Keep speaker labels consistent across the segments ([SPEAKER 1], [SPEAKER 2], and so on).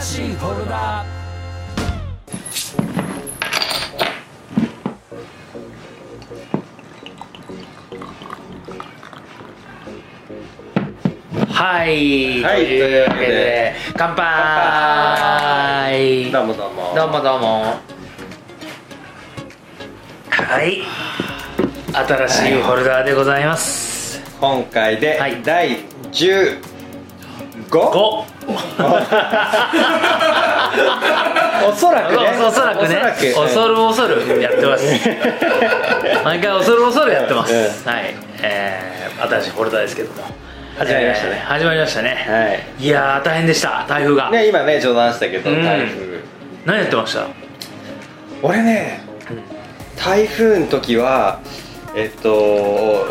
[SPEAKER 1] 新しいフォルダはい、
[SPEAKER 2] は
[SPEAKER 1] と
[SPEAKER 2] い
[SPEAKER 1] いうわけで乾杯
[SPEAKER 2] どうもどうも
[SPEAKER 1] どうもどうもはい新しいフォルダーでございます、
[SPEAKER 2] 今回で
[SPEAKER 1] はい
[SPEAKER 2] 第15
[SPEAKER 1] 5!
[SPEAKER 2] おそらくね
[SPEAKER 1] おそらくね
[SPEAKER 2] おそ
[SPEAKER 1] 恐る
[SPEAKER 2] らく
[SPEAKER 1] 恐るやってます 毎回恐る恐るやってます、
[SPEAKER 2] え
[SPEAKER 1] はい、えー、新しいフォルダですけども
[SPEAKER 2] 始まりましたね
[SPEAKER 1] えー始まりましたね、
[SPEAKER 2] はい
[SPEAKER 1] い、やー大変でした台風が、
[SPEAKER 2] ね今ね冗談したけど
[SPEAKER 1] うん
[SPEAKER 2] 台風
[SPEAKER 1] 何やってました
[SPEAKER 2] 俺ね台風の時はえっと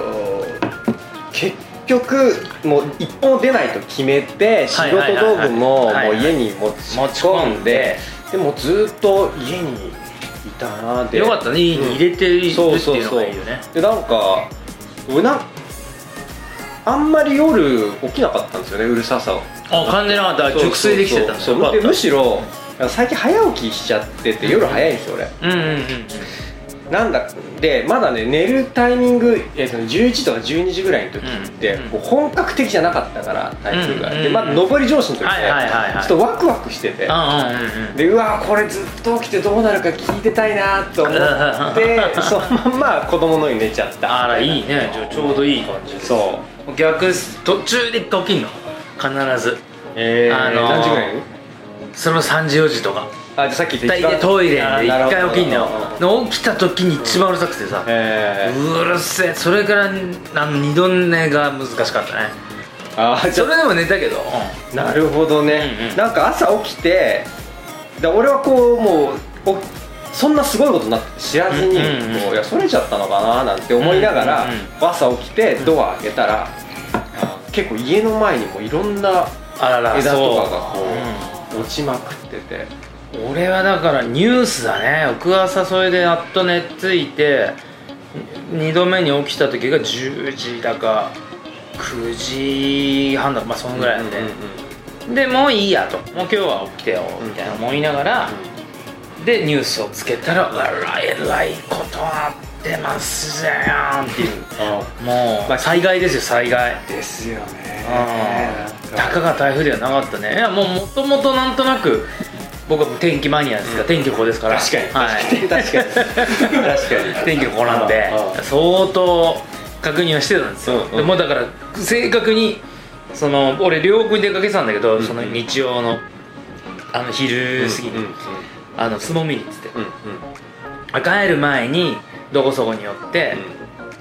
[SPEAKER 2] 結局もう一本出ないと決めて仕事
[SPEAKER 1] はいはいはい
[SPEAKER 2] 道
[SPEAKER 1] はい
[SPEAKER 2] 具もも
[SPEAKER 1] はいう
[SPEAKER 2] 家に持ち
[SPEAKER 1] 持ち込
[SPEAKER 2] 込
[SPEAKER 1] ん
[SPEAKER 2] ん
[SPEAKER 1] で
[SPEAKER 2] ででもずっと家にいたなで
[SPEAKER 1] よかったね家に入れてるっていうの
[SPEAKER 2] そう
[SPEAKER 1] が
[SPEAKER 2] そうそう
[SPEAKER 1] いいよね
[SPEAKER 2] でなんか俺なあんまり夜起きなかったんですよねうるささを
[SPEAKER 1] あ感じなかった
[SPEAKER 2] そうそうそう
[SPEAKER 1] 熟睡できてたんだ
[SPEAKER 2] そう
[SPEAKER 1] よかった
[SPEAKER 2] でむしろ最近早起きしちゃってて夜早いんですよ俺
[SPEAKER 1] うんうんうんうん
[SPEAKER 2] なんだでまだね寝るタイミング、えーとね11とか12時ぐらいの時って、
[SPEAKER 1] うん
[SPEAKER 2] こう本格的じゃなかったから台風が、
[SPEAKER 1] うんうん
[SPEAKER 2] でまだ上り上司の時で、
[SPEAKER 1] はいはいはいはい
[SPEAKER 2] ちょっとワクワクしてて
[SPEAKER 1] あうんうんうんうん
[SPEAKER 2] でうわーこれずっと起きてどうなるか聞いてたいなと思って そのまんま子供のように寝ちゃった
[SPEAKER 1] あらいいねじゃあちょうどいい感じう
[SPEAKER 2] そう
[SPEAKER 1] 逆です途中で一回起きんの必ず
[SPEAKER 2] えー
[SPEAKER 1] あのー
[SPEAKER 2] 何時ぐらいに
[SPEAKER 1] その3時4時とか
[SPEAKER 2] あじゃあさっき言った
[SPEAKER 1] 大
[SPEAKER 2] 一番
[SPEAKER 1] 体トイレで
[SPEAKER 2] あー
[SPEAKER 1] 一
[SPEAKER 2] なるほど
[SPEAKER 1] 回起きんのよ
[SPEAKER 2] なるほど
[SPEAKER 1] で起きた時に一番うるさくてさ
[SPEAKER 2] え
[SPEAKER 1] うるせえそれからあの二度寝が難しかったね
[SPEAKER 2] ー、あーじゃ
[SPEAKER 1] それでも寝たけど
[SPEAKER 2] あなるほどね、
[SPEAKER 1] うんうん
[SPEAKER 2] なんか朝起きてだ俺はこうもうおそんなすごいことな知らずに、
[SPEAKER 1] うんうんうん
[SPEAKER 2] こういやそれちゃったのかななんて思いながら、
[SPEAKER 1] うんうんうん
[SPEAKER 2] 朝起きてドア開けたら、あー結構家の前にもいろんな
[SPEAKER 1] あらら
[SPEAKER 2] 枝とかが
[SPEAKER 1] そ
[SPEAKER 2] こう落ちまくってて
[SPEAKER 1] うん俺はだからニュースだね翌朝それでやっと寝ついて2度目に起きた時が10時だか9時半だかまあそんぐらいなんで、
[SPEAKER 2] うんうん
[SPEAKER 1] でもういいやともう今日は起きてよみたいな思いながら、でニュースをつけたら「あらえらいことなってますじゃん」っていう
[SPEAKER 2] あ
[SPEAKER 1] も
[SPEAKER 2] ま
[SPEAKER 1] う
[SPEAKER 2] あ
[SPEAKER 1] 災害ですよ災害
[SPEAKER 2] ーですよね
[SPEAKER 1] うんたかが台風ではなかったねいやもうもともとなんとなく僕は天気マニアですから、天気の子ですから
[SPEAKER 2] 確かに、
[SPEAKER 1] はい、
[SPEAKER 2] 確かに 確かに
[SPEAKER 1] 天気の子なんで
[SPEAKER 2] うんうん
[SPEAKER 1] 相当確認はしてたんですよ、
[SPEAKER 2] うんうん
[SPEAKER 1] でもうだから正確にその俺両国に出かけてたんだけど、
[SPEAKER 2] うん
[SPEAKER 1] その日曜のあの昼過ぎに、
[SPEAKER 2] うんうん
[SPEAKER 1] あの相撲見に行ってて
[SPEAKER 2] うんうん
[SPEAKER 1] 帰る前にどこそこに寄って、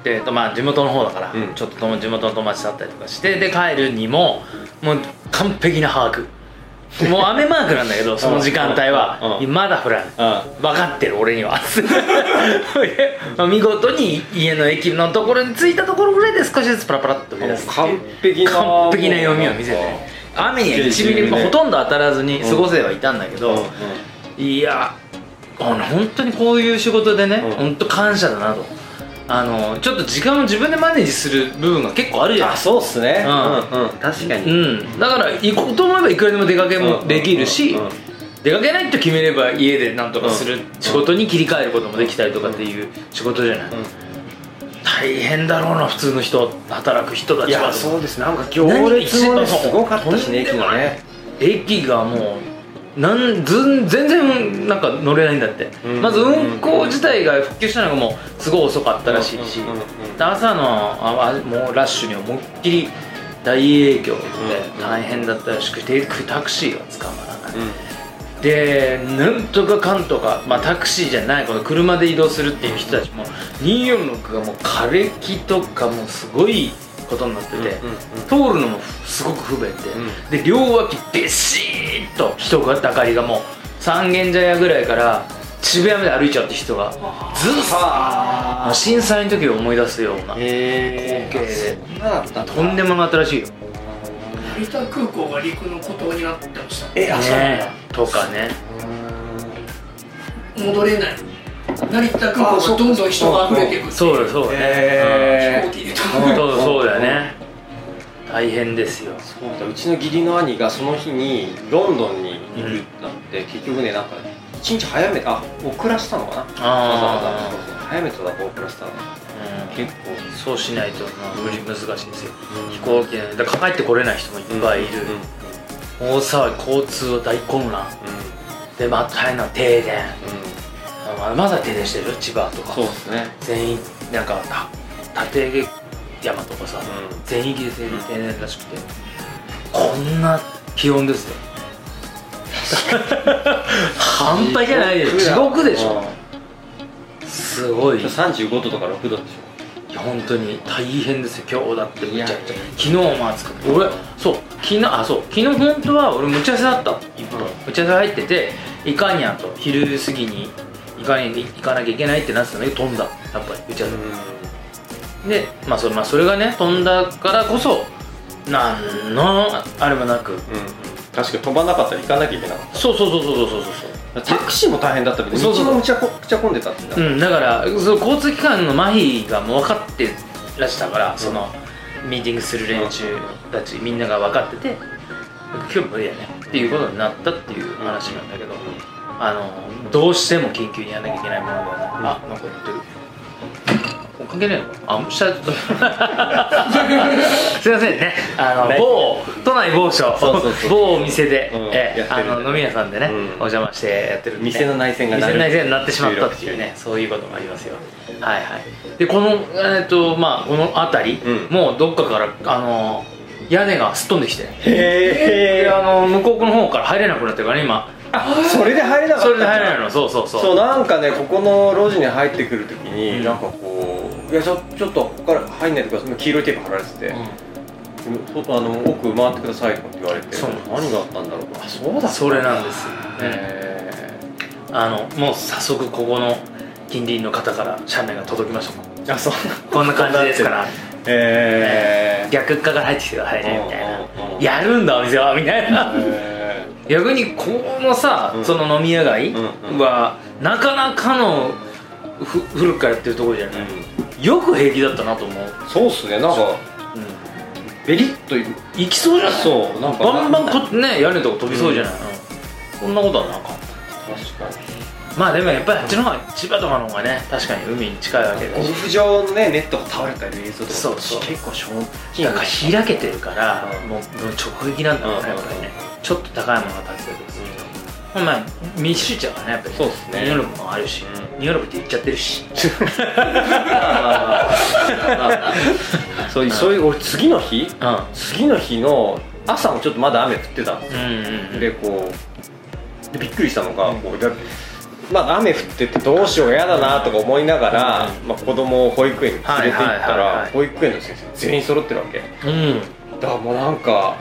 [SPEAKER 1] でえっとまあ地元の方だから、
[SPEAKER 2] うん
[SPEAKER 1] ちょっととも地元の友達だったりとかしてで帰るにももう完璧な把握もう雨マークなんだけ どその時間帯は
[SPEAKER 2] うん
[SPEAKER 1] まだ降らない分かってる俺には で見事に家の駅のところに着いたところぐらいで少しずつパラパラっと見出す
[SPEAKER 2] 完璧な
[SPEAKER 1] 完璧な読みを見せて雨には1ミリもほとんど当たらずに過ごせはいたんだけど、いやあの本当にこういう仕事でね、
[SPEAKER 2] うん
[SPEAKER 1] 本当感謝だなとあのちょっと時間を自分でマネージする部分が結構あるじゃん
[SPEAKER 2] あそうっすね
[SPEAKER 1] う
[SPEAKER 2] うんんうん確か
[SPEAKER 1] う
[SPEAKER 2] に
[SPEAKER 1] ん、だから行こうと思えばいくらでも出かけもできるし、
[SPEAKER 2] うんうんうん
[SPEAKER 1] 出かけないと決めれば家でなんとかする
[SPEAKER 2] うん
[SPEAKER 1] 仕事に切り替えることもできたりとかっていう仕事じゃない、
[SPEAKER 2] ん
[SPEAKER 1] 大変だろうな普通の人働く人た
[SPEAKER 2] い
[SPEAKER 1] ちは
[SPEAKER 2] やそうですなんか行列も
[SPEAKER 1] 何
[SPEAKER 2] ね
[SPEAKER 1] 一番
[SPEAKER 2] すごかったしね駅のね
[SPEAKER 1] 駅がもうなんずん全然なんか乗れないんだって、
[SPEAKER 2] うん
[SPEAKER 1] まず運行自体が復旧したのがもうすごい遅かったらしいし、
[SPEAKER 2] うんうんうんうん
[SPEAKER 1] で朝のああもうラッシュに思いっきり大影響で
[SPEAKER 2] うん
[SPEAKER 1] 大変だったらしくてタクシーが捕まらない、でなんとかかんとか、まあ、タクシーじゃないこの車で移動するっていう人たちも246がもう枯れ木とかもうすごいことになってて、
[SPEAKER 2] うんうんうん
[SPEAKER 1] 通るのもすごく不便で、で両脇ビシーッと人がだかりがもう三軒茶屋ぐらいから渋谷まで歩いちゃうって人がずっ
[SPEAKER 2] は
[SPEAKER 1] と震災の時を思い出すような
[SPEAKER 2] へ
[SPEAKER 1] 光景で
[SPEAKER 2] そんなだったんだ
[SPEAKER 1] とんでもなかったらしいよ
[SPEAKER 3] 成田空港が陸の孤島になってまし
[SPEAKER 2] えあそうなんだ
[SPEAKER 1] ねとかね
[SPEAKER 3] た戻れない成田空
[SPEAKER 2] あ
[SPEAKER 3] 港
[SPEAKER 2] そ
[SPEAKER 3] が
[SPEAKER 2] う
[SPEAKER 3] どんどん人が溢れていく
[SPEAKER 1] そうよそうよね、
[SPEAKER 2] へ
[SPEAKER 3] 飛
[SPEAKER 2] ー
[SPEAKER 3] 行機で
[SPEAKER 1] うんそうそうだよね大変ですよ
[SPEAKER 2] そうだうちの義理の兄がその日にロンドンに行くってなって、結局ねなんか一日早めあ遅らしたのかなわざわざ
[SPEAKER 1] あ
[SPEAKER 2] そうそう早めてだと遅らせたの
[SPEAKER 1] あ、うん
[SPEAKER 2] 結構
[SPEAKER 1] そうしないと無理難しいですよ飛行機でだから帰ってこれない人もいっぱいいる、
[SPEAKER 2] うんうん
[SPEAKER 1] もうさ交通は大混乱でまた変な停電まあまだ停電してる千葉とか
[SPEAKER 2] そうですね
[SPEAKER 1] 全員なんかた立山とかさ、
[SPEAKER 2] う
[SPEAKER 1] 全域で停電停電らしくてこんな気温ですよ 半端じゃないでしょ地獄でしょすごいい
[SPEAKER 2] 35度とか6度でし
[SPEAKER 1] や本当に大変ですよ今日だってめちゃくちゃ
[SPEAKER 2] いや
[SPEAKER 1] 昨日も暑くて俺そう昨日あそう昨日本当は俺打ち合わせだった一本打ち合わせ入ってていかにゃんと昼過ぎにいかに行かなきゃいけないってなってたんだけど飛んだやっぱり打ち合
[SPEAKER 2] ょ
[SPEAKER 1] わせ、で、まあそれまあ、それがね飛んだからこそ何のあれもなく
[SPEAKER 2] うん確かに飛ばなかったら行かなきゃいけなかっ
[SPEAKER 1] そうそうそうそうそうそうそう
[SPEAKER 2] たタクシーも大変だったけど
[SPEAKER 1] そうそう
[SPEAKER 2] 道もむちゃくちゃ混んでたってな
[SPEAKER 1] うん、だからその交通機関の麻痺がもう分かってらしたから、そのミーティングする連中たち、みんなが分かってて今日無理やねっていうことになったっていう話なんだけど、あのどうしても緊急にやらなきゃいけないものだな、あなんか言ってるお関係ないのかあ下 すいませんねあの
[SPEAKER 2] ね
[SPEAKER 1] 某都内某所
[SPEAKER 2] そうそうそう
[SPEAKER 1] 某お店で、
[SPEAKER 2] うん
[SPEAKER 1] ええ
[SPEAKER 2] やって
[SPEAKER 1] あ
[SPEAKER 2] る
[SPEAKER 1] の飲み屋さんでね、
[SPEAKER 2] う
[SPEAKER 1] お
[SPEAKER 2] ん
[SPEAKER 1] 邪魔してやってるんでね
[SPEAKER 2] 店の内戦が
[SPEAKER 1] 店の
[SPEAKER 2] 鳴る
[SPEAKER 1] 内戦になってしまったっていうねそういうこともありますよはいはいでこのえっ、とまあこの辺り、
[SPEAKER 2] うん
[SPEAKER 1] もうどっかからあの屋根がすっ飛んできて
[SPEAKER 2] へ
[SPEAKER 1] で
[SPEAKER 2] え
[SPEAKER 1] あの向こうの方から入れなくなってるからね今
[SPEAKER 2] それで入れなかった
[SPEAKER 1] それで入れないのそうそうそう
[SPEAKER 2] そうなんかねここの路地に入ってくるときに、
[SPEAKER 1] うん
[SPEAKER 2] なんかこういやちょちょっとここから入んないでください黄色いテープ貼られてて、そあの奥回ってくださいとかって言われて
[SPEAKER 1] そう
[SPEAKER 2] 何があったんだろうあそう
[SPEAKER 1] うんそれなんですよね
[SPEAKER 2] へ
[SPEAKER 1] あのもう早速ここの近隣の方から写メが届きましたもん
[SPEAKER 2] ーあそう
[SPEAKER 1] こんな感じです から
[SPEAKER 2] へえ
[SPEAKER 1] 逆っかから入ってきてくださいねみた
[SPEAKER 2] うんうんう
[SPEAKER 1] いなんやるんだお店はみたいな逆にこのさ、
[SPEAKER 2] うん
[SPEAKER 1] その飲み屋街
[SPEAKER 2] うんうん
[SPEAKER 1] はなかなかのふ古くからやってるところじゃない、よく平気だったなと思う、
[SPEAKER 2] そうっすねなんかベリッと
[SPEAKER 1] 行きそうじゃない
[SPEAKER 2] そうなんか
[SPEAKER 1] バンバンこね屋根とか飛びそうじゃない、うんそんなことはなかった
[SPEAKER 2] 確かに
[SPEAKER 1] まあでもやっぱりあっちの方が千葉とかの方がね確かに海に近いわけだ
[SPEAKER 2] ゴル
[SPEAKER 1] し
[SPEAKER 2] フ場のねネットが倒れたり映像とか
[SPEAKER 1] そうそう
[SPEAKER 2] 結構正気
[SPEAKER 1] なんか開けてるから、
[SPEAKER 2] うん
[SPEAKER 1] もうもう直撃なんだろうね、
[SPEAKER 2] うん
[SPEAKER 1] これねちょっと高いものが立ってたりするとまあ密集地だからねやっぱり
[SPEAKER 2] そうっすね
[SPEAKER 1] ニューヨークもあるし、
[SPEAKER 2] うん
[SPEAKER 1] ニューヨークって言っちゃってるし
[SPEAKER 2] そういうそういう俺次の日
[SPEAKER 1] うん
[SPEAKER 2] 次の日の朝もちょっとまだ雨降ってたんで
[SPEAKER 1] うん
[SPEAKER 2] す
[SPEAKER 1] うん
[SPEAKER 2] でこうでびっくりしたのがこうだまあ雨降っててどうしよう嫌だなとか思いながら、まあ、子供を保育園に連れて行った
[SPEAKER 1] はいはいはいは
[SPEAKER 2] ら
[SPEAKER 1] い
[SPEAKER 2] 保育園の先生全員揃ってるわけ
[SPEAKER 1] うん
[SPEAKER 2] だからもうなんか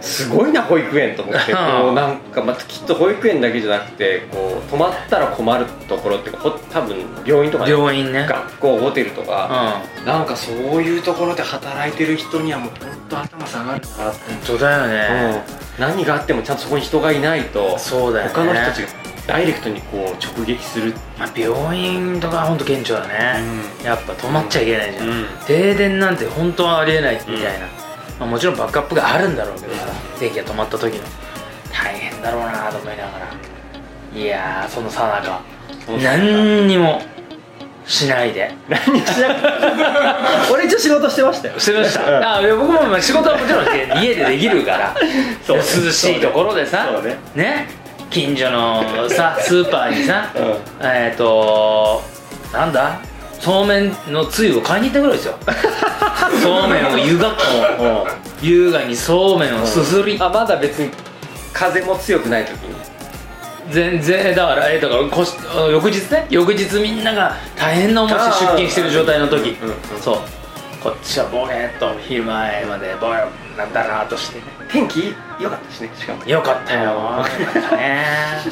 [SPEAKER 2] すごいな保育園と思ってこうなんかまたきっと保育園だけじゃなくてこう泊まったら困るところっていうかほ多分病院とかね、
[SPEAKER 1] 病院ね
[SPEAKER 2] 学校ホテルと
[SPEAKER 1] うん
[SPEAKER 2] か、
[SPEAKER 1] 本
[SPEAKER 2] なんかそういうところで働いてる人にはもう本当頭下がるなって、
[SPEAKER 1] 当だよね、
[SPEAKER 2] 何があってもちゃんとそこに人がいないと
[SPEAKER 1] そうだよね
[SPEAKER 2] 他の人たちがダイレクトにこう直撃する
[SPEAKER 1] まあ、病院とか本当顕著だね、やっぱ止まっちゃいけないじゃん、
[SPEAKER 2] うん
[SPEAKER 1] 停電なんて本当はありえないみたいな、まあ、もちろんバックアップがあるんだろうけどさ電気が止まった時の大変だろうなと思いながらいやーそのさなか
[SPEAKER 2] そうだ
[SPEAKER 1] 何にもしないで
[SPEAKER 2] 何しなくて 俺一応仕事してましたよ
[SPEAKER 1] してまし
[SPEAKER 2] うん
[SPEAKER 1] たあいや僕もまあ仕事はもちろん して家でできるから
[SPEAKER 2] そう
[SPEAKER 1] 涼しいところでさ
[SPEAKER 2] そうね
[SPEAKER 1] ね近所のさスーパーにさ
[SPEAKER 2] うん
[SPEAKER 1] えっ、ー、となんだそうめんのつゆを買いに行ったぐらいです よそうめんを湯がき
[SPEAKER 2] うん
[SPEAKER 1] 優雅にそうめんをすすり
[SPEAKER 2] あまだ別に風も強くない時に
[SPEAKER 1] 全然だからえーだからこしあの翌日ね翌日みんなが大変な思いして出勤してる状態の時
[SPEAKER 2] うんうん
[SPEAKER 1] そうこっちはボケーっと昼前までボケなんだらーっとしてね
[SPEAKER 2] 天気良かったしねしかも
[SPEAKER 1] よかったよよかったね う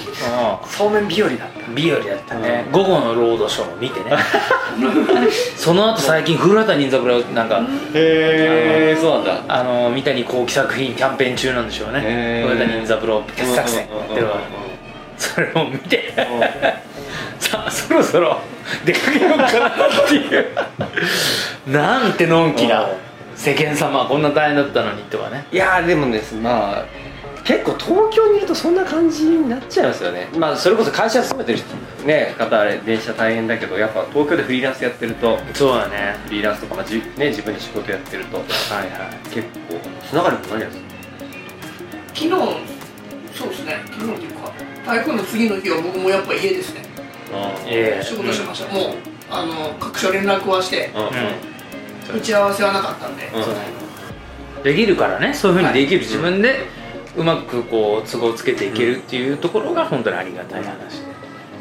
[SPEAKER 2] そうめん日和だった
[SPEAKER 1] ん日和だったね午後のロードショーを見てね その後最近古畑任三郎なんか
[SPEAKER 2] へえそうなんだ
[SPEAKER 1] あの三谷幸喜作品キャンペーン中なんでしょうね
[SPEAKER 2] へー
[SPEAKER 1] 古畑任三郎傑作戦やってるわそれを見てさあそろそろ出かけようかなっていうなんてのんきな
[SPEAKER 2] うん
[SPEAKER 1] 世間様はこんな大変だったのにとかね
[SPEAKER 2] いやーでもですまあ結構東京にいるとそんな感じになっちゃいますよねまあそれこそ会社勤めてる人ね方あれ電車大変だけどやっぱ東京でフリーランスやってると
[SPEAKER 1] そうだね
[SPEAKER 2] フリーランスとか、まあじね、自分で仕事やってると
[SPEAKER 1] はいはい
[SPEAKER 2] 結構つながりもないです
[SPEAKER 3] 昨日そうですね昨日っていうか台風の次の日は僕もやっぱ家ですね
[SPEAKER 1] ええ
[SPEAKER 3] 仕事してました、もうあの各所連絡はして
[SPEAKER 2] うんうん
[SPEAKER 3] 打ち合わせはなかったんで、
[SPEAKER 2] うん
[SPEAKER 1] そうねできるからねそういうふうにできる、自分でうまくこう都合つけていけるっていうところが本当にありがたい話で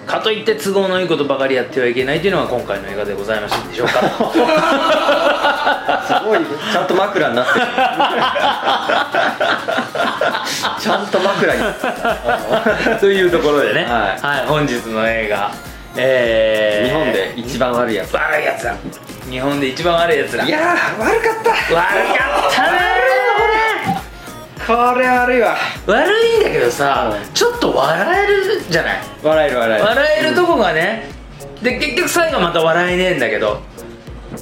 [SPEAKER 1] かといって都合のいいことばかりやってはいけないというのが今回の映画でございましたでしょうか
[SPEAKER 2] すごいちゃんと枕になってるちゃんと枕になってる
[SPEAKER 1] というところでねは、
[SPEAKER 2] はいい
[SPEAKER 1] 本日の映画えー、
[SPEAKER 2] 日本で一番悪いやつ
[SPEAKER 1] 悪いやつだ日本で一番悪いやつだ
[SPEAKER 2] いやー悪かった
[SPEAKER 1] 悪かったね
[SPEAKER 2] これ悪いわ
[SPEAKER 1] 悪いんだけどさ、
[SPEAKER 2] う
[SPEAKER 1] ちょっと笑えるじゃない
[SPEAKER 2] 笑える笑える
[SPEAKER 1] 笑えるとこがね、で結局最後また笑えねえんだけど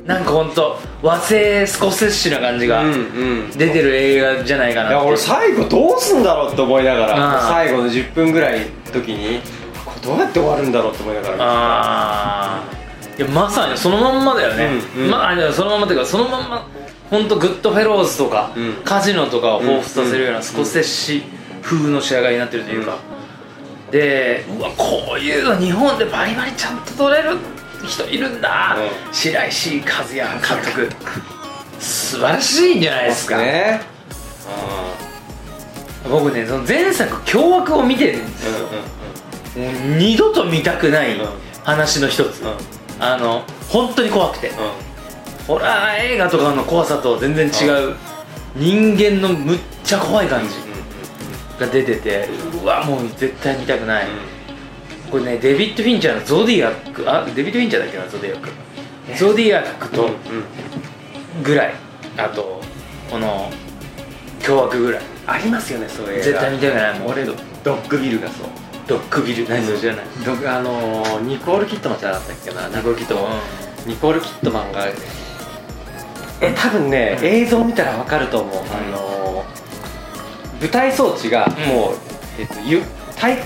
[SPEAKER 1] なんかほんと和製スコセッシュな感じが
[SPEAKER 2] うんうん
[SPEAKER 1] 出てる映画じゃないか
[SPEAKER 2] い
[SPEAKER 1] な
[SPEAKER 2] や
[SPEAKER 1] って
[SPEAKER 2] 俺最後どうすんだろうって思いながら
[SPEAKER 1] うん
[SPEAKER 2] 最後の10分ぐらいの時にこれどうやって終わるんだろうって思いながら
[SPEAKER 1] あーいやまさにそのまんまだよね、
[SPEAKER 2] うんうん
[SPEAKER 1] まあいやそのまんまっていうかそのまんまほんとグッドフェローズとか、
[SPEAKER 2] うん
[SPEAKER 1] カジノとかを彷彿させるようなスコセッシ風の仕上がりになってるというか、でうわこういうの日本でバリバリちゃんと撮れる人いるんだ、
[SPEAKER 2] う
[SPEAKER 1] 白石和也監督素晴らしいんじゃないですか
[SPEAKER 2] ね
[SPEAKER 1] 僕ねその前作「凶悪」を見てるんです
[SPEAKER 2] うん
[SPEAKER 1] よ、
[SPEAKER 2] うん
[SPEAKER 1] もう二度と見たくない
[SPEAKER 2] うん
[SPEAKER 1] 話の一つ、
[SPEAKER 2] うん
[SPEAKER 1] あの本当に怖くて、ホラー映画とかの怖さとは全然違う、人間のむっちゃ怖い感じが出てて、うわもう絶対見たくない、これねデビッド・フィンチャーの「ゾディアック」あデビッド・フィンチャーだっけなゾディアックゾディアックとぐらいあとこの凶悪ぐらい
[SPEAKER 2] ありますよねそういう映画
[SPEAKER 1] 絶対見たくないもう
[SPEAKER 2] 俺
[SPEAKER 1] 俺
[SPEAKER 2] ド
[SPEAKER 1] ド
[SPEAKER 2] ッグビルがそう
[SPEAKER 1] ッグビル何それ知らない
[SPEAKER 2] ドッグあのーニコール・キットマンじゃなかったっけな
[SPEAKER 1] ナゴキと
[SPEAKER 2] ニコール・キットマンがえ多分ね
[SPEAKER 1] うん
[SPEAKER 2] 映像見たらわかると思うあのー舞台装置がもうえっとゆ体育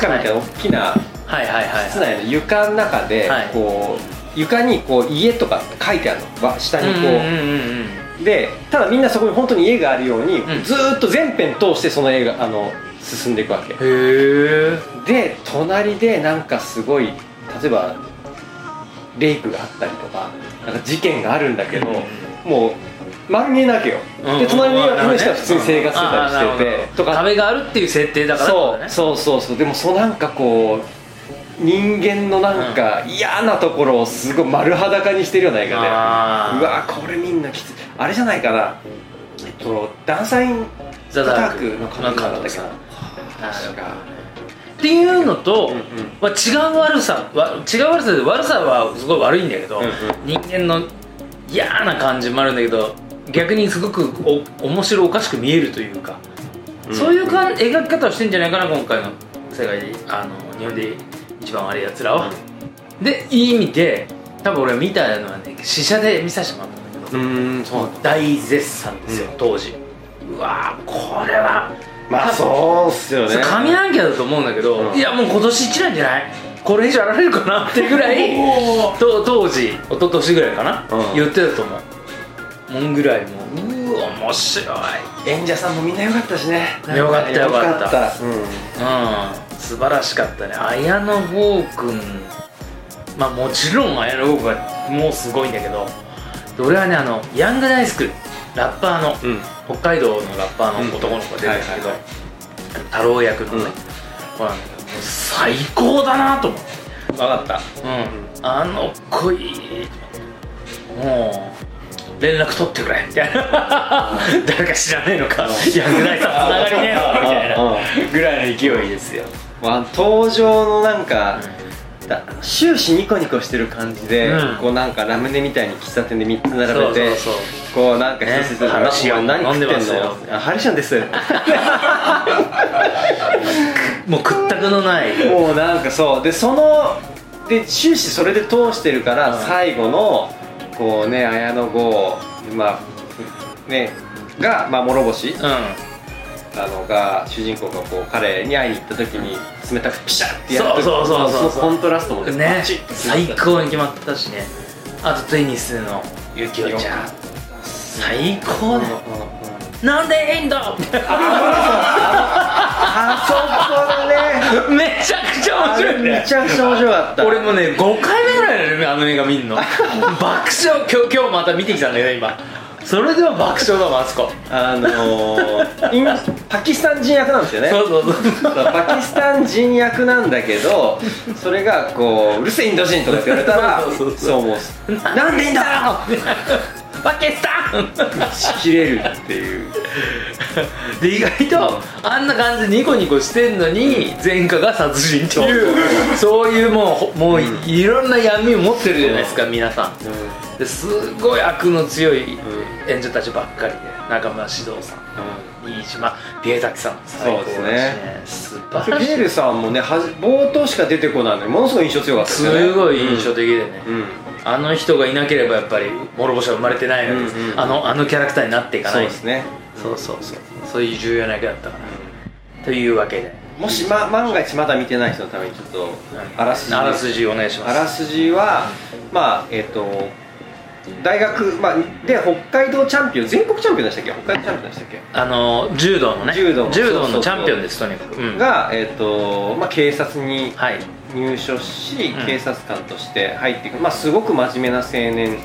[SPEAKER 2] 館みたいな大きな
[SPEAKER 1] はいはいはい
[SPEAKER 2] 室内の床の中で
[SPEAKER 1] はい
[SPEAKER 2] こう床にこう家とか書いてあるのわ下にこう、
[SPEAKER 1] うんうんうんうん
[SPEAKER 2] でただみんなそこに本当に家があるように、
[SPEAKER 1] うん
[SPEAKER 2] ずーっと全編通してその映画あの進んでいくわけ
[SPEAKER 1] へえ
[SPEAKER 2] で隣でなんかすごい例えばレイプがあったりとかなんか事件があるんだけど、もうま見えなわけよ、で隣には人しか普通に生活してたりしてて、とか
[SPEAKER 1] 壁があるっていう設定だから
[SPEAKER 2] そう
[SPEAKER 1] ね
[SPEAKER 2] そうそうそうでもそうなんかこう人間のなんか嫌なところをすごい丸裸にしてるような映画でう
[SPEAKER 1] あー
[SPEAKER 2] わこれみんなきついあれじゃないかなえっとダンサイン
[SPEAKER 1] ザダーク
[SPEAKER 2] の監督だったっけな
[SPEAKER 1] の
[SPEAKER 2] 確か
[SPEAKER 1] っていうのと、
[SPEAKER 2] うんうん
[SPEAKER 1] まあ、違う悪さわ違う悪さで悪さはすごい悪いんだけど、
[SPEAKER 2] うんうん
[SPEAKER 1] 人間の嫌な感じもあるんだけど逆にすごくお面白おかしく見えるというか、
[SPEAKER 2] うん
[SPEAKER 1] そういうかん描き方をしてんじゃないかな今回の世界であの日本で一番悪いやつらは、でいい意味で多分俺見たのはね試写で見させてもらったんだけど、
[SPEAKER 2] うーんそうなんだ
[SPEAKER 1] 大絶賛ですよ、
[SPEAKER 2] うん
[SPEAKER 1] 当時うわーこれは
[SPEAKER 2] まあそうっすよね
[SPEAKER 1] そう上半期だと思うんだけど、
[SPEAKER 2] うん
[SPEAKER 1] いやもう今年1年じゃないこれ以上やられるかなっていうぐらい
[SPEAKER 3] おお
[SPEAKER 1] と当時一昨年ぐらいかな、
[SPEAKER 2] うん
[SPEAKER 1] 言ってたと思うもんぐらいもううわ面白い
[SPEAKER 2] 演者さんもみんな良かったしね
[SPEAKER 1] 良かった良かった
[SPEAKER 2] 良かったうん
[SPEAKER 1] うん素晴らしかったね綾野剛君まあもちろん綾野剛君はもうすごいんだけどで俺はねあのヤング大スクールラッパーの、
[SPEAKER 2] うん
[SPEAKER 1] 北海道のラッパーの男の子が出てるんだけど
[SPEAKER 2] うんはい
[SPEAKER 1] 太郎役のね、
[SPEAKER 2] うん
[SPEAKER 1] ほらもう最高だなと思って、
[SPEAKER 2] 分かった
[SPEAKER 1] うん、あの子いいもう連絡取ってくれ みたいな誰か知らねえのかヤングナイトつながりねえのみたい
[SPEAKER 2] うん
[SPEAKER 1] なぐらいの勢いですよ、
[SPEAKER 2] まあ、登場のなんか、だ終始ニコニコしてる感じで、
[SPEAKER 1] うん
[SPEAKER 2] こうなんかラムネみたいに喫茶店で3つ並べて
[SPEAKER 1] そうそうそう
[SPEAKER 2] こうなんか一つ一つ、
[SPEAKER 1] ね
[SPEAKER 2] な
[SPEAKER 1] ハルシアン
[SPEAKER 2] お前何食っ
[SPEAKER 1] 飲ん
[SPEAKER 2] て
[SPEAKER 1] でますよ
[SPEAKER 2] んのあハルシアンですも
[SPEAKER 1] もう屈託のないう
[SPEAKER 2] なんかそうでそので終始それで通してるから、
[SPEAKER 1] うん
[SPEAKER 2] 最後のこうね綾野剛まあねが、まあ、諸星
[SPEAKER 1] うん
[SPEAKER 2] あのが主人公がこう彼に会いに行った時に冷たくピシャってやる
[SPEAKER 1] そうそうそうそう
[SPEAKER 2] のコントラストも
[SPEAKER 1] ね
[SPEAKER 2] バチッとする
[SPEAKER 1] 最高に決まったしねあとテニスのゆきおちゃん
[SPEAKER 2] よ
[SPEAKER 1] 最高だよ
[SPEAKER 2] うんうんうん
[SPEAKER 1] なんでいいんだ
[SPEAKER 2] あそこ
[SPEAKER 1] めちゃくちゃ面白い
[SPEAKER 2] ねめ
[SPEAKER 1] ね
[SPEAKER 2] ちゃくちゃ面白かった
[SPEAKER 1] 俺もね5回目ぐらいだよねあの映画見 んの爆笑今日今日また見てきたんだけど今それでは爆笑だもんあそこ
[SPEAKER 2] あのー、インパキスタン人役なんですよね
[SPEAKER 1] そうそうそう
[SPEAKER 2] そうパキスタン人役なんだけどそれがこう「うるせえインド人」とかって言われたら
[SPEAKER 1] そうそうそう
[SPEAKER 2] そう思うなんでいいんだろ
[SPEAKER 1] バケスタン
[SPEAKER 2] うしきれるって いう
[SPEAKER 1] で意外とあんな感じでニコニコしてんのに前科が殺人っていうそういうもうほもういろんな闇を持ってるじゃないですか皆さんですごい悪の強い演者たちばっかりで中村獅童さん飯島ピエタキさんも最高だし
[SPEAKER 2] そうで
[SPEAKER 1] 素晴らし
[SPEAKER 2] ペ
[SPEAKER 1] い
[SPEAKER 2] ールさんもねはじ冒頭しか出てこないのにものすごい印象強かったですよね
[SPEAKER 1] すごい印象的でね、
[SPEAKER 2] うん
[SPEAKER 1] あの人がいなければやっぱり諸星は生まれてないのです、
[SPEAKER 2] うんうん
[SPEAKER 1] あのあのキャラクターになっていか
[SPEAKER 2] そ
[SPEAKER 1] な
[SPEAKER 2] う
[SPEAKER 1] い
[SPEAKER 2] ですね
[SPEAKER 1] そうそうそうそういう重要な役だったから、というわけで
[SPEAKER 2] もし、ま、万が一まだ見てない人のためにちょっとあらすじ
[SPEAKER 1] あらすじお願いします
[SPEAKER 2] あらすじはまあえっ、と大学、まあ、で北海道チャンピオン全国チャンピオンでしたっけ北海道チャンピオンでしたっけ
[SPEAKER 1] あの柔道のね
[SPEAKER 2] 柔道そうそうそ
[SPEAKER 1] の
[SPEAKER 2] う
[SPEAKER 1] チャンピオンですとにかく、うん、
[SPEAKER 2] が、えーとまあ、警察に
[SPEAKER 1] はい、
[SPEAKER 2] 入所し、
[SPEAKER 1] うん
[SPEAKER 2] 警察官として入っていく、まあ、すごく真面目な青年、
[SPEAKER 1] う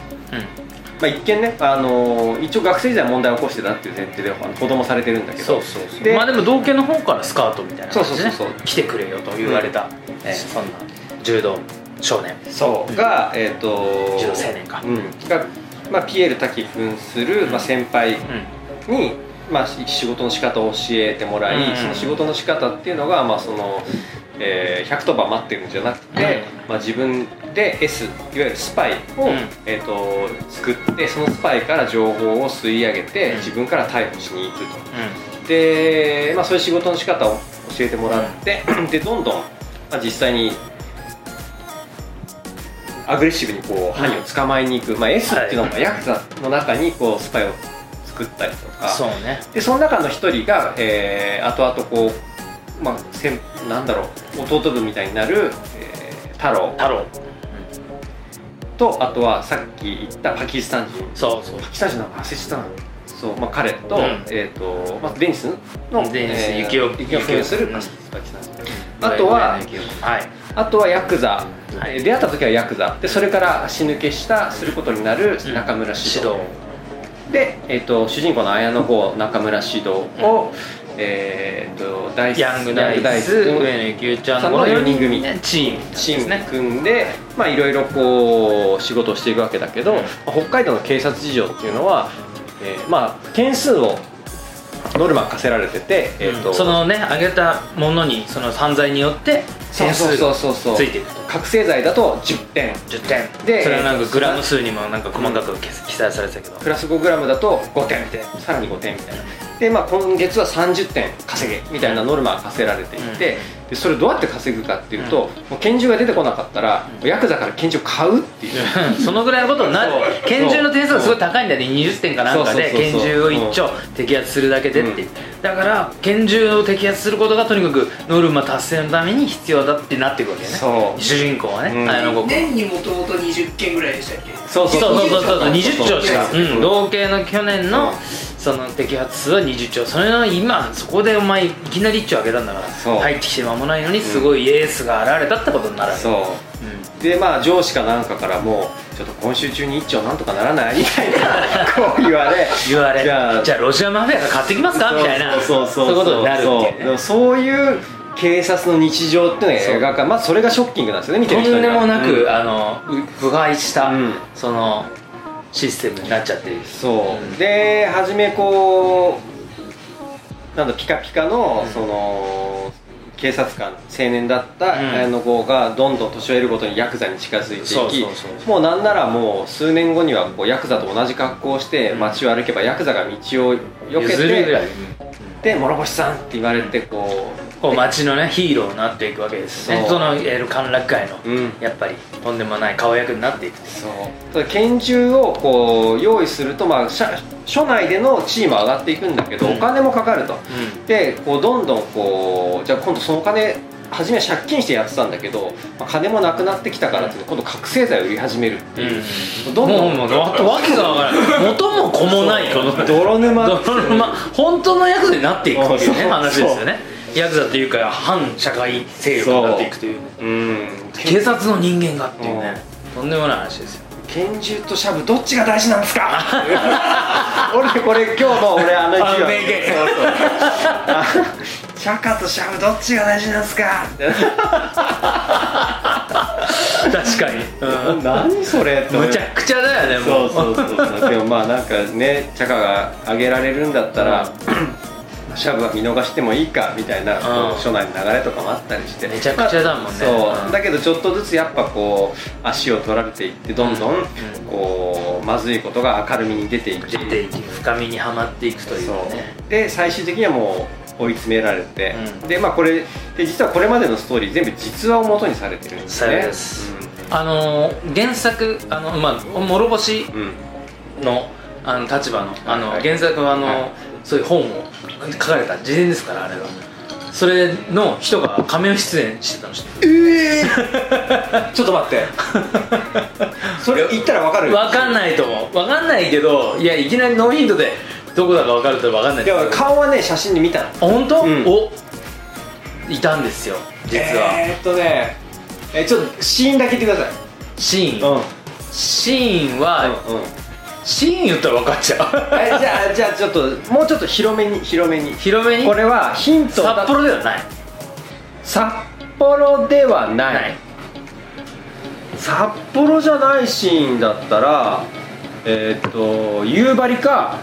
[SPEAKER 2] まあ、一見ね、あのー一応学生時代問題を起こしてたっていう前提であの子供されてるんだけ
[SPEAKER 1] ん、
[SPEAKER 2] ど
[SPEAKER 1] そうそうそう
[SPEAKER 2] で
[SPEAKER 1] まあでも道家の方からスカートみたいな感じで、ね、
[SPEAKER 2] そうそうそうそう
[SPEAKER 1] 来てくれよと言われた、えーそんな柔道少年
[SPEAKER 2] そううんが、えー、と
[SPEAKER 1] 柔道青年か
[SPEAKER 2] うん、が、まあ、ピエール滝扮する、まあ、先輩
[SPEAKER 1] う
[SPEAKER 2] に、まあ、し仕事の仕方を教えてもらい、
[SPEAKER 1] うん
[SPEAKER 2] その仕事の仕方っていうのが、まあそのえー、110番待ってるんじゃなくて、まあ、自分で S いわゆるスパイを、
[SPEAKER 1] うん
[SPEAKER 2] えー、と作ってそのスパイから情報を吸い上げて、
[SPEAKER 1] うん
[SPEAKER 2] 自分から逮捕しに行く
[SPEAKER 1] んうん
[SPEAKER 2] とで、まあ、そういう仕事の仕方を教えてもらって、 でどんどん、まあ、実際にアグレッシブにこう犯人を捕まえに行く、まあ、S っていうの
[SPEAKER 1] は
[SPEAKER 2] もヤクザの中にこうスパイを作ったりとか。
[SPEAKER 1] そうね
[SPEAKER 2] でその中の一人が、えー、後々こう、まあ、せんなんだろう弟分みたいになる、えー太郎
[SPEAKER 1] 太郎
[SPEAKER 2] とあとはさっき言ったパキスタン人
[SPEAKER 1] そうそう
[SPEAKER 2] パキスタン人なんか忘れちゃったなそう、まあ、彼と,、
[SPEAKER 1] うん
[SPEAKER 2] えーとまあ、デニスの
[SPEAKER 1] デニス
[SPEAKER 2] えー
[SPEAKER 1] 幸男
[SPEAKER 2] 幸男扮する
[SPEAKER 1] うん
[SPEAKER 2] パキスタン人あとは
[SPEAKER 1] はい
[SPEAKER 2] あとはヤクザ、
[SPEAKER 1] はい
[SPEAKER 2] えー出会った時はヤクザでそれから死ぬけしたすることになる
[SPEAKER 1] うん
[SPEAKER 2] 中村獅
[SPEAKER 1] 指
[SPEAKER 2] 童、
[SPEAKER 1] 導
[SPEAKER 2] で、えー、と主人公の綾野剛中村獅童を、えー、とダイス
[SPEAKER 1] ヤングダイス
[SPEAKER 2] ヤン
[SPEAKER 1] 上
[SPEAKER 2] グダイ
[SPEAKER 1] 野幸雄ちゃん
[SPEAKER 2] さ
[SPEAKER 1] の
[SPEAKER 2] んの
[SPEAKER 1] 4
[SPEAKER 2] 4
[SPEAKER 1] 人
[SPEAKER 2] 人
[SPEAKER 1] 組
[SPEAKER 2] 組
[SPEAKER 1] チームなんです
[SPEAKER 2] チーム
[SPEAKER 1] ね
[SPEAKER 2] に組んでまあいろいろこう仕事をしていくわけだけど、
[SPEAKER 1] うん
[SPEAKER 2] まあ北海道の警察事情っていうのは、えーまあ点数をノルマ課せられてて、えーと
[SPEAKER 1] うんそのねあげたものにその犯罪によって
[SPEAKER 2] そう
[SPEAKER 1] 点
[SPEAKER 2] そう
[SPEAKER 1] 数
[SPEAKER 2] そう
[SPEAKER 1] が
[SPEAKER 2] そうそう
[SPEAKER 1] ついていくと
[SPEAKER 2] 覚醒剤だと10点
[SPEAKER 1] 10点
[SPEAKER 2] で
[SPEAKER 1] それはなん
[SPEAKER 2] え
[SPEAKER 1] か
[SPEAKER 2] ー
[SPEAKER 1] グラム数にもなんか細かく記記載されてたけど
[SPEAKER 2] プラス 5g だと5点さらに5点みたいなで、まあ、今月は30点稼げみたいなノルマが課せられていて、
[SPEAKER 1] うん
[SPEAKER 2] でそれをどうやって稼ぐかっていうと、もう拳銃が出てこなかったら
[SPEAKER 1] うん
[SPEAKER 2] ヤクザから拳銃を買うっ ていう。
[SPEAKER 1] うんそのぐらいのことになる
[SPEAKER 2] そう
[SPEAKER 1] 拳銃の点数がすごい高いんだよね20点かなんかで
[SPEAKER 2] そうそうそ
[SPEAKER 1] 拳
[SPEAKER 2] うそう
[SPEAKER 1] 銃を一丁摘発するだけでっていう、だから拳銃を摘発することがとにかくノルマ達成のために必要だってなっていくわけね
[SPEAKER 2] そう
[SPEAKER 1] 主人公はね、
[SPEAKER 2] うん
[SPEAKER 1] 綾野剛君
[SPEAKER 3] 年にもともと20件ぐらいでしたっけ
[SPEAKER 2] そう
[SPEAKER 1] そうそうそうそう20兆しか、
[SPEAKER 2] そう
[SPEAKER 1] うん、同系の去年の
[SPEAKER 2] うん
[SPEAKER 1] その摘発数は20兆それの今そこでお前いきなり1兆上げたんだから
[SPEAKER 2] そう
[SPEAKER 1] 入ってきて間もないのにすごいエースが現れたってことになるわけ
[SPEAKER 2] そううでまあ上司かなんかからもうちょっと今週中に一丁なんとかならないみたいなこう言われ
[SPEAKER 1] ん言われじ
[SPEAKER 2] じゃ
[SPEAKER 1] ゃ
[SPEAKER 2] あ
[SPEAKER 1] あロシアマフィアが買ってきますかみたいな
[SPEAKER 2] そう
[SPEAKER 1] そうい
[SPEAKER 2] そう
[SPEAKER 1] う
[SPEAKER 2] そう
[SPEAKER 1] ことになるっていう
[SPEAKER 2] そ
[SPEAKER 1] ね
[SPEAKER 2] うそういう警察の日常っていうのが描かまあそれがショッキングなんですよね見てる人
[SPEAKER 1] とんで
[SPEAKER 2] には
[SPEAKER 1] もなく、
[SPEAKER 2] うん
[SPEAKER 1] あのう腐敗した、
[SPEAKER 2] うん
[SPEAKER 1] そのシステムになっちゃってる
[SPEAKER 2] そううんで初めこうなんだピカピカの
[SPEAKER 1] うん
[SPEAKER 2] その警察官青年だった
[SPEAKER 1] うん
[SPEAKER 2] 綾野剛がどんどん年を得るごとにヤクザに近づい
[SPEAKER 1] そう
[SPEAKER 2] て
[SPEAKER 1] そう
[SPEAKER 2] い
[SPEAKER 1] そう
[SPEAKER 2] きもうなんならもう数年後にはこうヤクザと同じ格好をして
[SPEAKER 1] うん
[SPEAKER 2] 街を歩けばヤクザが道を避け
[SPEAKER 1] 譲るぐら
[SPEAKER 2] て
[SPEAKER 1] い、
[SPEAKER 2] で「諸星さん」って言われてこう
[SPEAKER 1] こう街のねヒーローになっていくわけですね
[SPEAKER 2] そ
[SPEAKER 1] そ
[SPEAKER 2] う
[SPEAKER 1] のいわゆる歓楽街の、
[SPEAKER 2] うん
[SPEAKER 1] やっぱりとんでもない顔役になっていく
[SPEAKER 2] そうただ拳銃をこう用意すると、まあ、社署内での地位も上がっていくんだけど、
[SPEAKER 1] うん
[SPEAKER 2] お金もかかると
[SPEAKER 1] う
[SPEAKER 2] でこうどんどんこうじゃあ今度そのお金初めは借金してやってたんだけど、まあ金もなくなってきたからって今度覚醒剤を売り始めるって
[SPEAKER 1] ん、
[SPEAKER 2] いう、
[SPEAKER 1] ど
[SPEAKER 2] ど
[SPEAKER 1] ん
[SPEAKER 2] ん
[SPEAKER 1] ど
[SPEAKER 2] ど
[SPEAKER 1] ん
[SPEAKER 2] ん
[SPEAKER 1] もうもうわわけがわからない元も子もないこの
[SPEAKER 2] 泥沼っていう
[SPEAKER 1] 泥沼本当のヤクザになっていくっていうね
[SPEAKER 2] そう
[SPEAKER 1] 話ですよねヤクザというか反社会勢力になっていくという
[SPEAKER 2] うん
[SPEAKER 1] 警察の人間がっていうねとんでもない話ですよ
[SPEAKER 2] 拳銃とシャブどっちが大事なんですか 俺これ今日の俺あの
[SPEAKER 1] あの名言
[SPEAKER 2] そうそうあ シャカとシャブどっちが大事なんですかって
[SPEAKER 1] 確かに、うん
[SPEAKER 2] 何それって思う
[SPEAKER 1] むちゃくちゃだよねも
[SPEAKER 2] そううそうそうでもまあなんかねチャカが上げられるんだったら、 シャブは見逃してもいいかみたいな、
[SPEAKER 1] うん
[SPEAKER 2] こう署内の流れとかもあったりして
[SPEAKER 1] めちゃくちゃだもんね
[SPEAKER 2] まあそう、
[SPEAKER 1] うん
[SPEAKER 2] だけどちょっとずつやっぱこう足を取られていってどんどん、
[SPEAKER 1] うん
[SPEAKER 2] こうまずいことが明るみに出ていっ
[SPEAKER 1] 出
[SPEAKER 2] て
[SPEAKER 1] ていき深みにはまっていくというね
[SPEAKER 2] そうで最終的にはもう追い詰められて、
[SPEAKER 1] うん
[SPEAKER 2] でまあこれで実はこれまでのストーリー全部実話を元にされてるんです
[SPEAKER 1] さよう
[SPEAKER 2] ね
[SPEAKER 1] です、あのー原作あのまあ諸星
[SPEAKER 2] うん、うん
[SPEAKER 1] のあの立場のあの
[SPEAKER 2] はい
[SPEAKER 1] 原作はあの、
[SPEAKER 2] はい
[SPEAKER 1] そういう本を書かれた事前ですからあれはそれの人が仮面出演してたの知って
[SPEAKER 2] ちょっと待って。それ言ったらわかる。
[SPEAKER 1] るわかんないと思うわかんないけどいやいきなりノーヒントでどこだかわかるとわかんない
[SPEAKER 2] いや顔はね写真で見たの。
[SPEAKER 1] 本当、
[SPEAKER 2] うん
[SPEAKER 1] おいたんですよ実は、
[SPEAKER 2] えー、っとね、えーちょっとシーンだけ言ってください。
[SPEAKER 1] シーン、
[SPEAKER 2] うん。
[SPEAKER 1] シーンは、
[SPEAKER 2] うんうん。
[SPEAKER 1] シーン言ったら分かっちゃう
[SPEAKER 2] えじゃあじゃあちょっともうちょっと広めに広めに。
[SPEAKER 1] 広めに
[SPEAKER 2] これはヒント
[SPEAKER 1] 札
[SPEAKER 2] だ。
[SPEAKER 1] 幌ではない
[SPEAKER 2] 札幌ではない。
[SPEAKER 1] ない
[SPEAKER 2] 札幌じゃないシーンだったら、えーっと夕張か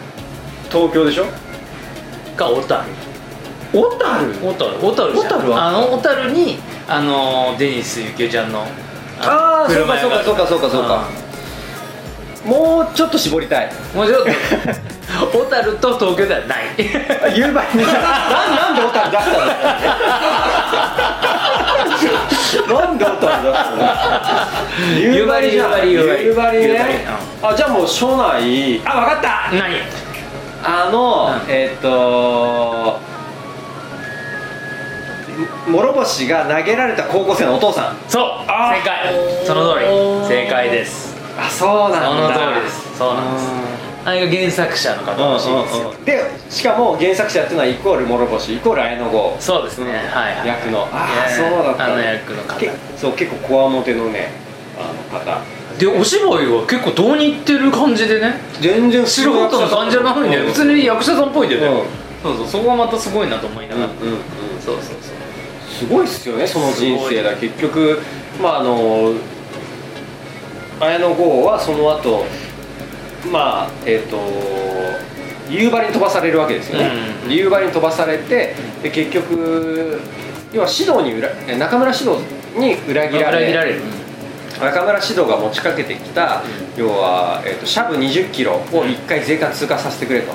[SPEAKER 2] 東京でしょ。
[SPEAKER 1] が小樽
[SPEAKER 2] 小樽。
[SPEAKER 1] 小樽小樽じゃん
[SPEAKER 2] 小樽は
[SPEAKER 1] あの小樽にあのデニスゆきおちゃんの
[SPEAKER 2] ああーそう
[SPEAKER 1] 車
[SPEAKER 2] か
[SPEAKER 1] 屋
[SPEAKER 2] そう
[SPEAKER 1] が
[SPEAKER 2] かそうかそうかそうか。もうちょっと絞りたい。
[SPEAKER 1] うんもうちょっ と小樽と東京ではない
[SPEAKER 2] 夕張にさなんなんでオタ出したのなんでオタ出したの夕張じゃん
[SPEAKER 1] 夕張夕張
[SPEAKER 2] 夕張
[SPEAKER 1] 夕
[SPEAKER 2] ねあじゃあもう署内あわかった
[SPEAKER 1] 何
[SPEAKER 2] あの、
[SPEAKER 1] うん
[SPEAKER 2] えーっ、と諸星が投げられた高校生のお父さん
[SPEAKER 1] そう
[SPEAKER 2] あ
[SPEAKER 1] 正解その通り正解です
[SPEAKER 2] あそう
[SPEAKER 1] そ
[SPEAKER 2] なん
[SPEAKER 1] の
[SPEAKER 2] だ
[SPEAKER 1] 通りですそうなんですあれが原作者の方
[SPEAKER 2] うん
[SPEAKER 1] らしいです
[SPEAKER 2] うん
[SPEAKER 1] よ
[SPEAKER 2] うんでしかも原作者っていうのはイコール諸星イコール綾野剛
[SPEAKER 1] そうですね
[SPEAKER 2] ん
[SPEAKER 1] はいはい
[SPEAKER 2] 役のああ
[SPEAKER 1] ね
[SPEAKER 2] そうだった
[SPEAKER 1] あの役の方
[SPEAKER 2] けそう結構こわもてのねあの方
[SPEAKER 1] でお芝居は結構どうにいってる感じでね
[SPEAKER 2] 全然
[SPEAKER 1] 素人の感じじゃないね
[SPEAKER 2] うん
[SPEAKER 1] 普通に役者さんっぽいんだよね、
[SPEAKER 2] うん
[SPEAKER 1] そうそうそこがまたすごいなと思いな
[SPEAKER 2] うん
[SPEAKER 1] が
[SPEAKER 2] う
[SPEAKER 1] ら、
[SPEAKER 2] んうん
[SPEAKER 1] そうそうそう
[SPEAKER 2] すごいっすよねその人生だ
[SPEAKER 1] すご
[SPEAKER 2] 結局まああの綾野剛はその後まあえっ、と夕張に飛ばされるわけですよね、
[SPEAKER 1] うん
[SPEAKER 2] 夕張に飛ばされてで結局要は指導に裏え中村指導に裏切ら
[SPEAKER 1] 裏
[SPEAKER 2] れ
[SPEAKER 1] 切られる
[SPEAKER 2] 中村獅童が持ちかけてきた、要は、えー、とシャブ2 0キロを1回税関通過させてくれと、
[SPEAKER 1] う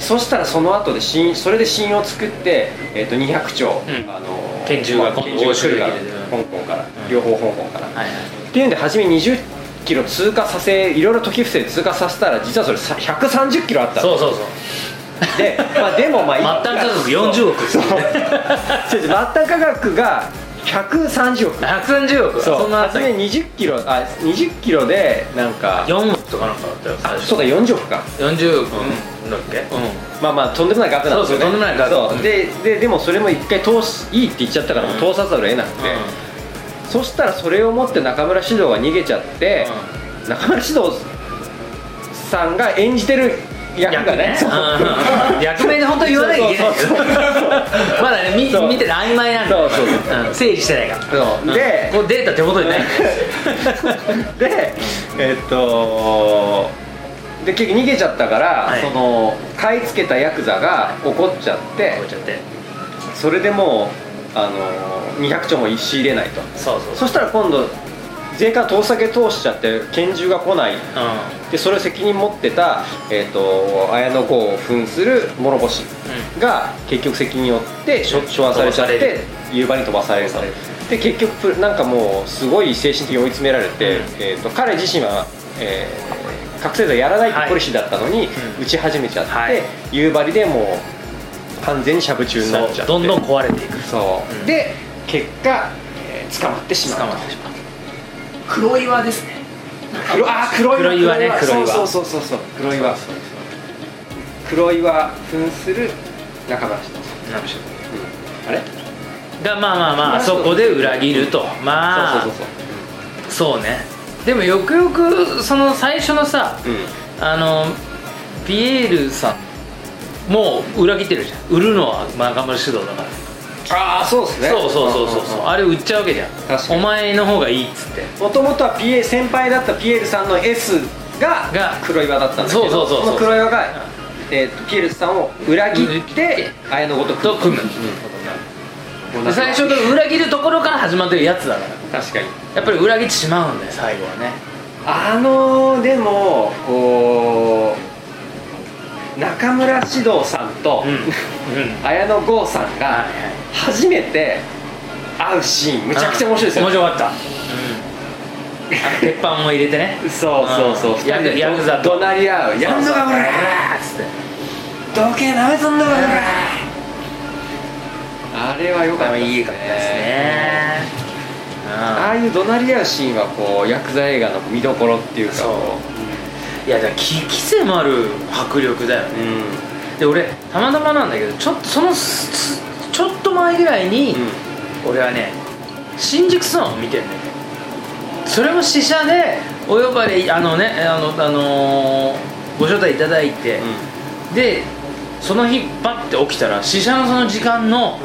[SPEAKER 2] そしたらその後で信それで信用を作って、えー、と200兆、
[SPEAKER 1] うん
[SPEAKER 2] あのー
[SPEAKER 1] 拳銃が
[SPEAKER 2] まあ
[SPEAKER 1] 今
[SPEAKER 2] 拳
[SPEAKER 1] 度
[SPEAKER 2] 銃が来るから
[SPEAKER 1] 押収できる
[SPEAKER 2] 香港から、
[SPEAKER 1] うん
[SPEAKER 2] 両方香港から、
[SPEAKER 1] んはいはい
[SPEAKER 2] っていうんで初め2 0キロ通過させいろいろ時伏せで通過させたら実はそれさ130キロあった
[SPEAKER 1] そうそうそう
[SPEAKER 2] で、まあ、でもまあ
[SPEAKER 1] 末端価格40億って
[SPEAKER 2] そう
[SPEAKER 1] いうね
[SPEAKER 2] そう末端価格が130億
[SPEAKER 1] 130億
[SPEAKER 2] そ
[SPEAKER 1] そん
[SPEAKER 2] う
[SPEAKER 1] なあ
[SPEAKER 2] 初
[SPEAKER 1] た
[SPEAKER 2] め
[SPEAKER 1] り
[SPEAKER 2] 20キロあ20キロでなんか
[SPEAKER 1] 4億とかなんかだったよ最
[SPEAKER 2] あ
[SPEAKER 1] 初
[SPEAKER 2] そうだ40億か
[SPEAKER 1] 40億だっけうん
[SPEAKER 2] まあまあとんでもない額なんですよね
[SPEAKER 1] そうそうとんでもない額
[SPEAKER 2] そうでででもそれも一回通しいいって言っちゃったからもう通さざるを得なくて、そしたらそれを持って中村獅童が逃げちゃって、中村獅童さんが演じてる役が
[SPEAKER 1] 役
[SPEAKER 2] ね
[SPEAKER 1] ね
[SPEAKER 2] そう
[SPEAKER 1] うん役名で本当に言わなきゃいけないんですよ
[SPEAKER 2] そうそうそう
[SPEAKER 1] まだねみ
[SPEAKER 2] そう
[SPEAKER 1] 見てる曖昧なんだよ
[SPEAKER 2] そうそう
[SPEAKER 1] うん整理してないから
[SPEAKER 2] そうで
[SPEAKER 1] うんこうデータ手元にない
[SPEAKER 2] でえっとで結局逃げちゃったから、
[SPEAKER 1] はい
[SPEAKER 2] その買い付けたヤクザが怒っちゃって
[SPEAKER 1] こうやっちゃって
[SPEAKER 2] それでもうあの200兆も仕入れないと
[SPEAKER 1] そうそう
[SPEAKER 2] そしたら今度税関通すだけ通しちゃって拳銃が来ないでそれを責任持ってた、えー、と綾野剛を扮する諸星が結局責任を負って処処罰されちゃ
[SPEAKER 1] 飛ばさ
[SPEAKER 2] っ
[SPEAKER 1] れ
[SPEAKER 2] て
[SPEAKER 1] る
[SPEAKER 2] 夕場に飛ばされると
[SPEAKER 1] 飛ばさ
[SPEAKER 2] で結局なんかもうすごい精神的に追い詰められて、
[SPEAKER 1] うん
[SPEAKER 2] えー、と彼自身は、えー覚醒剤やらないってポリシーだったのに、
[SPEAKER 1] うん
[SPEAKER 2] 打ち始めちゃって、
[SPEAKER 1] はい
[SPEAKER 2] 夕張でもう完全にしゃぶ中になっちゃって
[SPEAKER 1] そうどんどん壊れていく
[SPEAKER 2] そう、
[SPEAKER 1] うん
[SPEAKER 2] で結果、えー捕まってしまう
[SPEAKER 1] 捕まってしまう
[SPEAKER 3] 黒岩ですね
[SPEAKER 2] 黒あー黒岩
[SPEAKER 1] 黒岩ね黒岩
[SPEAKER 2] そうそうそうそう黒岩黒岩扮する中村人あれ
[SPEAKER 1] がまあまあまあそこで裏切るとまあ
[SPEAKER 2] そうそう
[SPEAKER 1] そ
[SPEAKER 2] そう
[SPEAKER 1] うねでもよくよくその最初のさ
[SPEAKER 2] そううん
[SPEAKER 1] あのピエールさんもう裏切ってるじゃん売るのは中村主導だから
[SPEAKER 2] ああそうですね
[SPEAKER 1] そうそうそうそうそうあれ売っちゃうわけじゃん
[SPEAKER 2] 確かに
[SPEAKER 1] お前の方がいいっつって
[SPEAKER 2] もともとは PA 先輩だったピエールさんの S が
[SPEAKER 1] が
[SPEAKER 2] 黒岩だったんですけど
[SPEAKER 1] そうそうそうそう
[SPEAKER 2] の黒岩が、えーとピエールさんを裏切
[SPEAKER 1] 裏
[SPEAKER 2] っ
[SPEAKER 1] 切って
[SPEAKER 2] て綾野ごと
[SPEAKER 1] と組む
[SPEAKER 2] 同
[SPEAKER 1] で
[SPEAKER 2] じ
[SPEAKER 1] 最初の裏切るところから始まってるやつだから
[SPEAKER 2] 確かに
[SPEAKER 1] やっぱり裏切ってしまうんだよ最後はね
[SPEAKER 2] あのーでもこう中村獅童さんと、綾野剛さん
[SPEAKER 1] はいは
[SPEAKER 2] が
[SPEAKER 1] い
[SPEAKER 2] 初めて会うシーンむちゃくちゃ面白いですよ
[SPEAKER 1] 面白かった、うん、あの鉄板も入れてね
[SPEAKER 2] そうそうそう、
[SPEAKER 1] んヤクヤクザと
[SPEAKER 2] 怒鳴り合うやんのか
[SPEAKER 1] そうそ
[SPEAKER 2] こ
[SPEAKER 1] うっ
[SPEAKER 2] れ
[SPEAKER 1] つって
[SPEAKER 2] 時計なめとんのかこれあれは良かったですね
[SPEAKER 1] いいかったですね
[SPEAKER 2] ああいう怒鳴り合うシーンはこうヤクザ映画の見どころっていうか
[SPEAKER 1] そう
[SPEAKER 2] こ
[SPEAKER 1] うんいやだから鬼気迫る迫力だよ
[SPEAKER 2] う
[SPEAKER 1] ね
[SPEAKER 2] うん
[SPEAKER 1] で俺たまたまなんだけどちょっとそのすすちょっと前ぐらいに、俺はね新宿さんを見てんだよねそれも試写でお呼ばれあのねあの、あのーご招待いただいて、でその日バッて起きたら試写のその時間の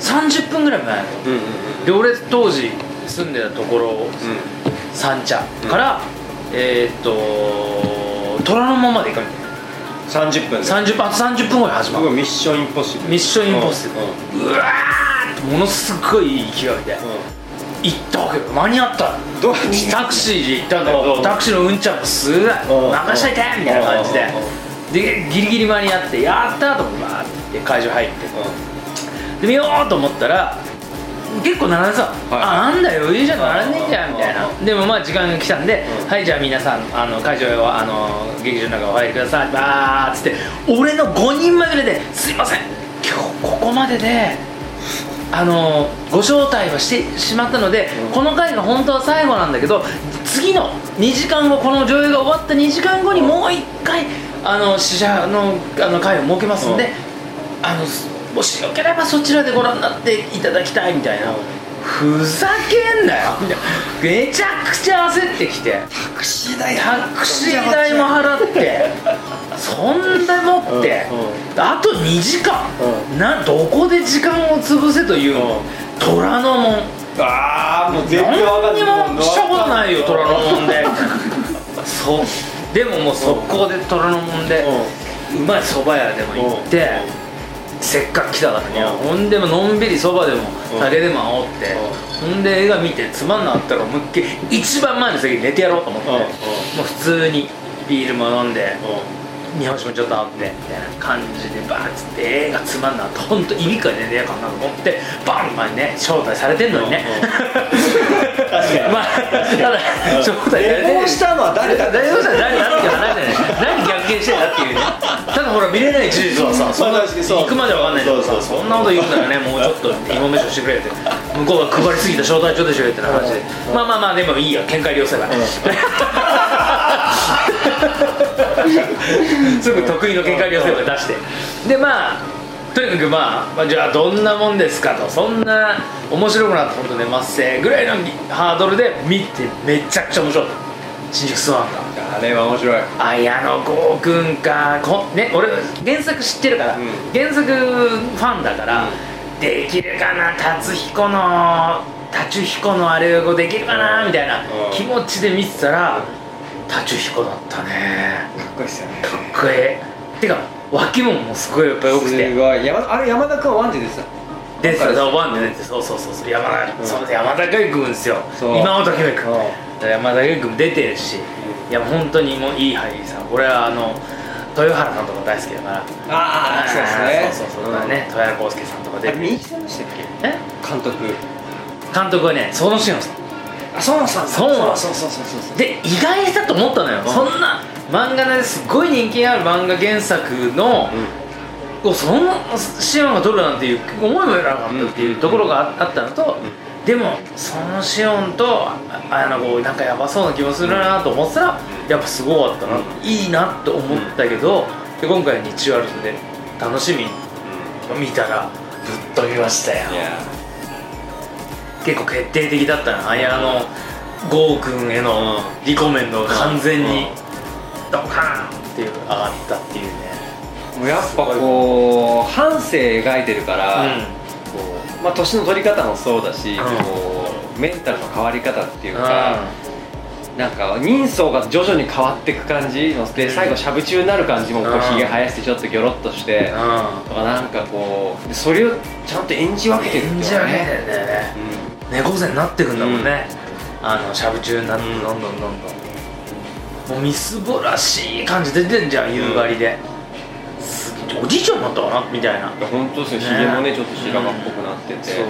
[SPEAKER 1] 30分ぐらい前なのよ
[SPEAKER 2] うんうんうん
[SPEAKER 1] で俺当時住んでたところを三茶から、えーっと虎ノ門まで行かなきゃいけ
[SPEAKER 2] 30分
[SPEAKER 1] ない30分あと30分後に始まる
[SPEAKER 2] ミッションインポッシブ
[SPEAKER 1] ミッションインポッシブルうわーってものすごい勢いで行ったわけよ間に合った
[SPEAKER 2] どう
[SPEAKER 1] タクシーで行ったんだけ
[SPEAKER 2] う
[SPEAKER 1] ど
[SPEAKER 2] ん
[SPEAKER 1] タクシーのうんちゃんもすごい任しといてみたいな感じででギリギリ間に合ってやったーと思ってバーって会場入ってで見ようと思ったら結構並んでさ、あなんだよ余裕じゃん並んでんじゃんみたいなでもまあ時間が来たんで、はいじゃあ皆さんあの会場へはあの劇場の中お入りくださいバーっつって俺の5人まぐれですいません今日ここまでであのご招待はしてしまったので、この回が本当は最後なんだけど次の2時間後この上映が終わった2時間後にもう1回あの試写のあの回を設けますんで、あのすもしよければそちらでご覧になっていただきたいみたいなふざけんなよみたいなめちゃくちゃ焦ってきて
[SPEAKER 2] タクシー代
[SPEAKER 1] タクシー代も払ってそんでもって、
[SPEAKER 2] う
[SPEAKER 1] あと2時間、
[SPEAKER 2] う
[SPEAKER 1] などこで時間を潰せというの、虎ノ門
[SPEAKER 2] ああもう全然わか
[SPEAKER 1] 何
[SPEAKER 2] んない
[SPEAKER 1] にもしたことないよ虎ノ門でそうでももう速攻で虎ノ門で、うまい蕎麦屋でも行って、せっかく来たからには、
[SPEAKER 2] うん
[SPEAKER 1] ほんでものんびり蕎麦でも酒でも煽って、ほんで映画見てつまんなかったら思いっきり一番前の席で寝てやろうと思って、
[SPEAKER 2] うんうん
[SPEAKER 1] もう普通にビールも飲んで、日本酒もちょっとあってみたいな感じでバーッつって映画つまんなとほんといびきかいてねえかなと思ってバン前にね招待されてんのにね、 まあただ招待されて
[SPEAKER 2] 寝坊したのは誰だ
[SPEAKER 1] 誰したのは誰だっていう話じゃない何逆転してんだっていうねただほら見れない事実はさそんな
[SPEAKER 2] まあ確かにそう
[SPEAKER 1] 行くまでわかんないんだからそんなこと言うならねもうちょっとインフォメーションしてくれって向こうが配りすぎた招待状でしょよってな話でまあまあまあでもいいよ見解了せばすぐ得意の見解量成分出してでまあとにかくまあ、まあ、じゃあどんなもんですかとそんな面白くなってほんと寝ますせぐらいのハードルで見てめちゃくちゃ面白かった新宿スワンが
[SPEAKER 2] あれは面白い
[SPEAKER 1] 綾野剛君かこ、ね、俺原作知ってるから、
[SPEAKER 2] うん
[SPEAKER 1] 原作ファンだから、できるかな達彦の達彦のあれをできるかなみたいな
[SPEAKER 2] うん
[SPEAKER 1] 気持ちで見てたら達彦だったね
[SPEAKER 2] かっこいいっすよね
[SPEAKER 1] かっこええてか脇ももすごいやっぱ良く
[SPEAKER 2] す
[SPEAKER 1] て
[SPEAKER 2] ごい山あれ山田君はワンジです
[SPEAKER 1] でさワンで出てそうそうそうそう山田、
[SPEAKER 2] ん
[SPEAKER 1] そう山田君行くんですよ
[SPEAKER 2] そう
[SPEAKER 1] 今をときめく
[SPEAKER 2] う
[SPEAKER 1] 山田裕貴も出てるしいやもう本当にもういい俳優さん俺はあの豊原さんとか大好きだから
[SPEAKER 2] ああそうですね
[SPEAKER 1] そうそうそうだからね豊原康介さんとか
[SPEAKER 2] あ
[SPEAKER 1] 出
[SPEAKER 2] れ
[SPEAKER 1] て
[SPEAKER 2] 右
[SPEAKER 1] る
[SPEAKER 2] さんでしたっけ
[SPEAKER 1] え
[SPEAKER 2] 監督
[SPEAKER 1] 監督はねそのシーンさん
[SPEAKER 2] あそうさん
[SPEAKER 1] そう
[SPEAKER 2] そうそうそうそうそう
[SPEAKER 1] で意外だと思ったのよ、
[SPEAKER 2] うん
[SPEAKER 1] そんな漫画ですごい人気ある漫画原作の、をそのシオンが取るなんていう思いもよらなかったっていうところがああったのと、でもそのシオンとああのこうなんかやばそうな気もするなと思ってたらやっぱすごかったな、
[SPEAKER 2] うん
[SPEAKER 1] いいなと思ったけど、で今回日曜あるんで楽しみに見たらぶっ飛びましたよ
[SPEAKER 2] いや
[SPEAKER 1] 結構決定的だったな、あやの郷君へのリコメンドが完全にドカーンっていう上がったっていうね
[SPEAKER 2] もうやっぱこう半生描いてるから、こうまあ、年の取り方もそうだ
[SPEAKER 1] う
[SPEAKER 2] し、
[SPEAKER 1] ん
[SPEAKER 2] こうメンタルの変わり方っていううんか、なんか人相が徐々に変わっていく感じので最後しゃぶ中になる感じもこ
[SPEAKER 1] う
[SPEAKER 2] うんひげ生やしてちょっとギョロっとし
[SPEAKER 1] う
[SPEAKER 2] て、とかなんかこうでそれをちゃんと演じ分けてる
[SPEAKER 1] ん
[SPEAKER 2] ってい
[SPEAKER 1] じ
[SPEAKER 2] う
[SPEAKER 1] ゃ
[SPEAKER 2] か
[SPEAKER 1] ねえんだよね猫背になってくんだもんね、あのしゃぶ中になって
[SPEAKER 2] う
[SPEAKER 1] ど
[SPEAKER 2] ん
[SPEAKER 1] んどんどんどんもうみすぼらしい感じ出てんじゃん夕張で、すげえおじいちゃんになったかなみたいな
[SPEAKER 2] うん、本当ですよ
[SPEAKER 1] ね
[SPEAKER 2] ひげもねちょっと白髪っぽくなってて、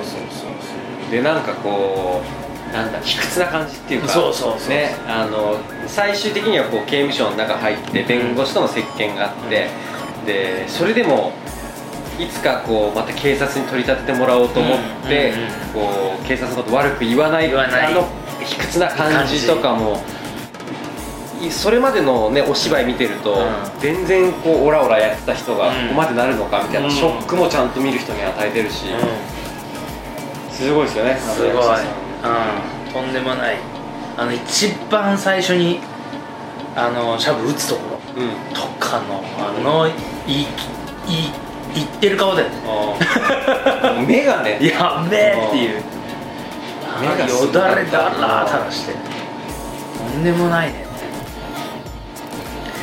[SPEAKER 2] でなんかこうなんだ卑屈な感じっていうか
[SPEAKER 1] そうそうそう
[SPEAKER 2] ね、あの最終的にはこう刑務所の中入って弁護士との接見があって、でそれでもいつかこうまた警察に取り立ててもらおうと思って、
[SPEAKER 1] うんうんうん
[SPEAKER 2] こう警察のこと悪く言わない
[SPEAKER 1] 言わない
[SPEAKER 2] あの卑屈な感じとかも。いそれまでの、ね、お芝居見てると、
[SPEAKER 1] うん
[SPEAKER 2] 全然こうオラオラやってた人が
[SPEAKER 1] うん
[SPEAKER 2] ここまでなるのかみたいな、
[SPEAKER 1] うん
[SPEAKER 2] ショックもちゃんと見る人に与えてるし、すごいですよね
[SPEAKER 1] すごい、うん、とんでもないあの一番最初にあのシャブ打つところ
[SPEAKER 2] うん
[SPEAKER 1] とかのあのいいいいってる顔だよね
[SPEAKER 2] あー目がね
[SPEAKER 1] やべえっていう
[SPEAKER 2] 目がす
[SPEAKER 1] よ
[SPEAKER 2] ごかった
[SPEAKER 1] だれだら垂らしてとんでもないね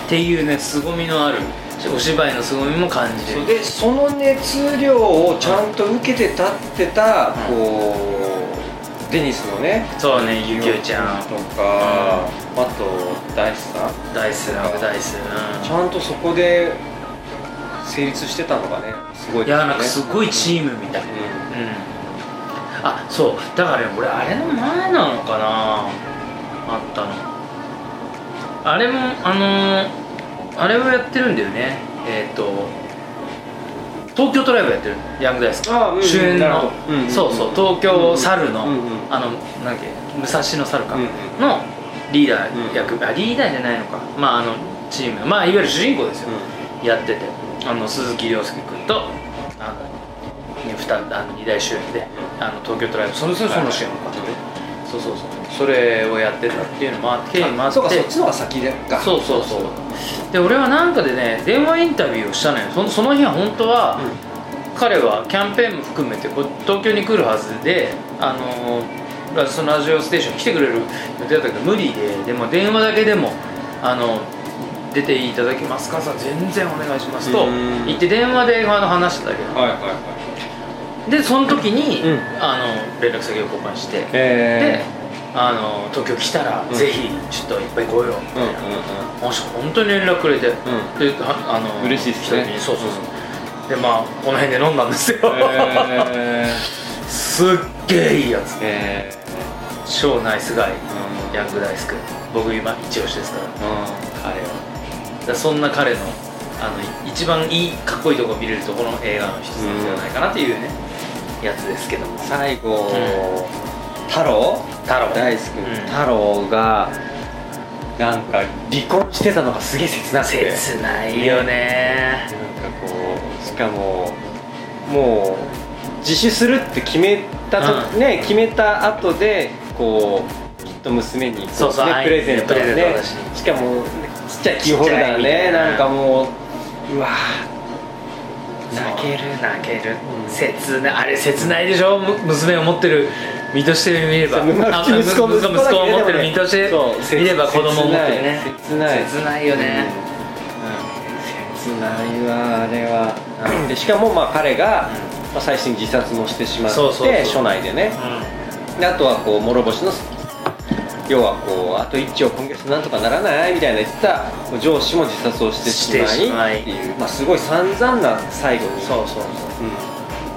[SPEAKER 1] っていうね凄みのあるお芝居の凄みも感じ
[SPEAKER 2] そう
[SPEAKER 1] る
[SPEAKER 2] でその熱量をちゃんと受けて立ってた、
[SPEAKER 1] うん
[SPEAKER 2] こうデニスのね
[SPEAKER 1] そうねゆきおちゃん
[SPEAKER 2] とか、あと大志さん
[SPEAKER 1] ダイスラブダイスうん
[SPEAKER 2] ちゃんとそこで成立してたのがねすごい
[SPEAKER 1] い
[SPEAKER 2] ですよね
[SPEAKER 1] やなんかすごいチームみたい
[SPEAKER 2] うん
[SPEAKER 1] うんあそうだからね俺あれの前なのかなあったのあれもあのーあれをやってるんだよねえっ、と東京トライブやってるヤングダイス
[SPEAKER 2] あうん
[SPEAKER 1] 主演
[SPEAKER 2] なる
[SPEAKER 1] の
[SPEAKER 2] ほどうん
[SPEAKER 1] そうそう東京猿の、
[SPEAKER 2] うんうん
[SPEAKER 1] あのなんだっけ武蔵野猿か、
[SPEAKER 2] うんうん
[SPEAKER 1] のリーダー役、あリーダーじゃないのかまああのチームまあいわゆる主人公ですよ、やっててあの鈴木亮介君とあのに二あの二大主演であの東京トライブそのそのその主演か、そうそうそうそれをやってたっていうのもあって経緯もあっ
[SPEAKER 2] あ
[SPEAKER 1] て
[SPEAKER 2] そうかそっちの方が先でか
[SPEAKER 1] そうそうそうで俺はなんかでね電話インタビューをしたのよそのその日は本当は、彼はキャンペーンも含めてこう東京に来るはずで、あのーラそのラジオステーションに来てくれる予定だったけど無理ででも電話だけでも、あの出ていただけますかさ全然お願いしますと
[SPEAKER 2] うん
[SPEAKER 1] 言って電話であの話してたけど
[SPEAKER 2] はいはいはい
[SPEAKER 1] でその時に、
[SPEAKER 2] うん
[SPEAKER 1] あの連絡先を交換して、で
[SPEAKER 2] え
[SPEAKER 1] あの東京来たら、
[SPEAKER 2] うん
[SPEAKER 1] ぜひちょっといっぱい来ようみ
[SPEAKER 2] ー、うん
[SPEAKER 1] たい
[SPEAKER 2] うん
[SPEAKER 1] な。 もし本当に連絡くれて、ではあの
[SPEAKER 2] 嬉しいです
[SPEAKER 1] 来
[SPEAKER 2] ね
[SPEAKER 1] た時にそうそうそうでまあこの辺で飲んだんですよ、
[SPEAKER 2] うんえ
[SPEAKER 1] すっげえいいやつ
[SPEAKER 2] ー、えー
[SPEAKER 1] 超ナイスガイ
[SPEAKER 2] うん
[SPEAKER 1] ヤングダイス君僕今一押しですからだか
[SPEAKER 2] うんあれは
[SPEAKER 1] らそんな彼のあのい一番いいかっこいいとこ見れるところの映画の一つなんじゃないかなっていうね、やつですけども
[SPEAKER 2] 最後、
[SPEAKER 1] ん
[SPEAKER 2] 太郎
[SPEAKER 1] 太郎
[SPEAKER 2] 大輔君、
[SPEAKER 1] うん
[SPEAKER 2] 太郎がなんか離婚してたのがすげえ切なくて
[SPEAKER 1] 切ないよね
[SPEAKER 2] なんかこうしかももう自首するって決めたと、
[SPEAKER 1] う
[SPEAKER 2] ね決めた後でこうきっと娘にこ
[SPEAKER 1] そうそう
[SPEAKER 2] ね、プレゼントを
[SPEAKER 1] プレゼント
[SPEAKER 2] ね
[SPEAKER 1] だし
[SPEAKER 2] しかもちっちゃいキーホルダー
[SPEAKER 1] ちっちゃ
[SPEAKER 2] ね
[SPEAKER 1] い
[SPEAKER 2] なんかもううわ
[SPEAKER 1] 泣
[SPEAKER 2] 泣
[SPEAKER 1] ける
[SPEAKER 2] け
[SPEAKER 1] 泣ける、
[SPEAKER 2] うん
[SPEAKER 1] 切ないあれ切ないでしょむ娘を持ってる身として見ればあむ
[SPEAKER 2] 息
[SPEAKER 1] 息子
[SPEAKER 2] 子
[SPEAKER 1] 息子を持ってる身として見れば子供を持ってるね
[SPEAKER 2] 切ない
[SPEAKER 1] 切ないよね、
[SPEAKER 2] 切ないわあれは、でしかもまあ彼が、まあ、最初に自殺もしてしまって
[SPEAKER 1] そうそうそう
[SPEAKER 2] 署内でね
[SPEAKER 1] うん
[SPEAKER 2] であとはこう諸星の要はこうあと1丁今月なんとかならないみたいな言ってた上司も自殺をしてし
[SPEAKER 1] してし
[SPEAKER 2] ま
[SPEAKER 1] ま
[SPEAKER 2] い
[SPEAKER 1] い
[SPEAKER 2] っていうまあ、すごい散々な最後に
[SPEAKER 1] そうそう
[SPEAKER 2] うんうん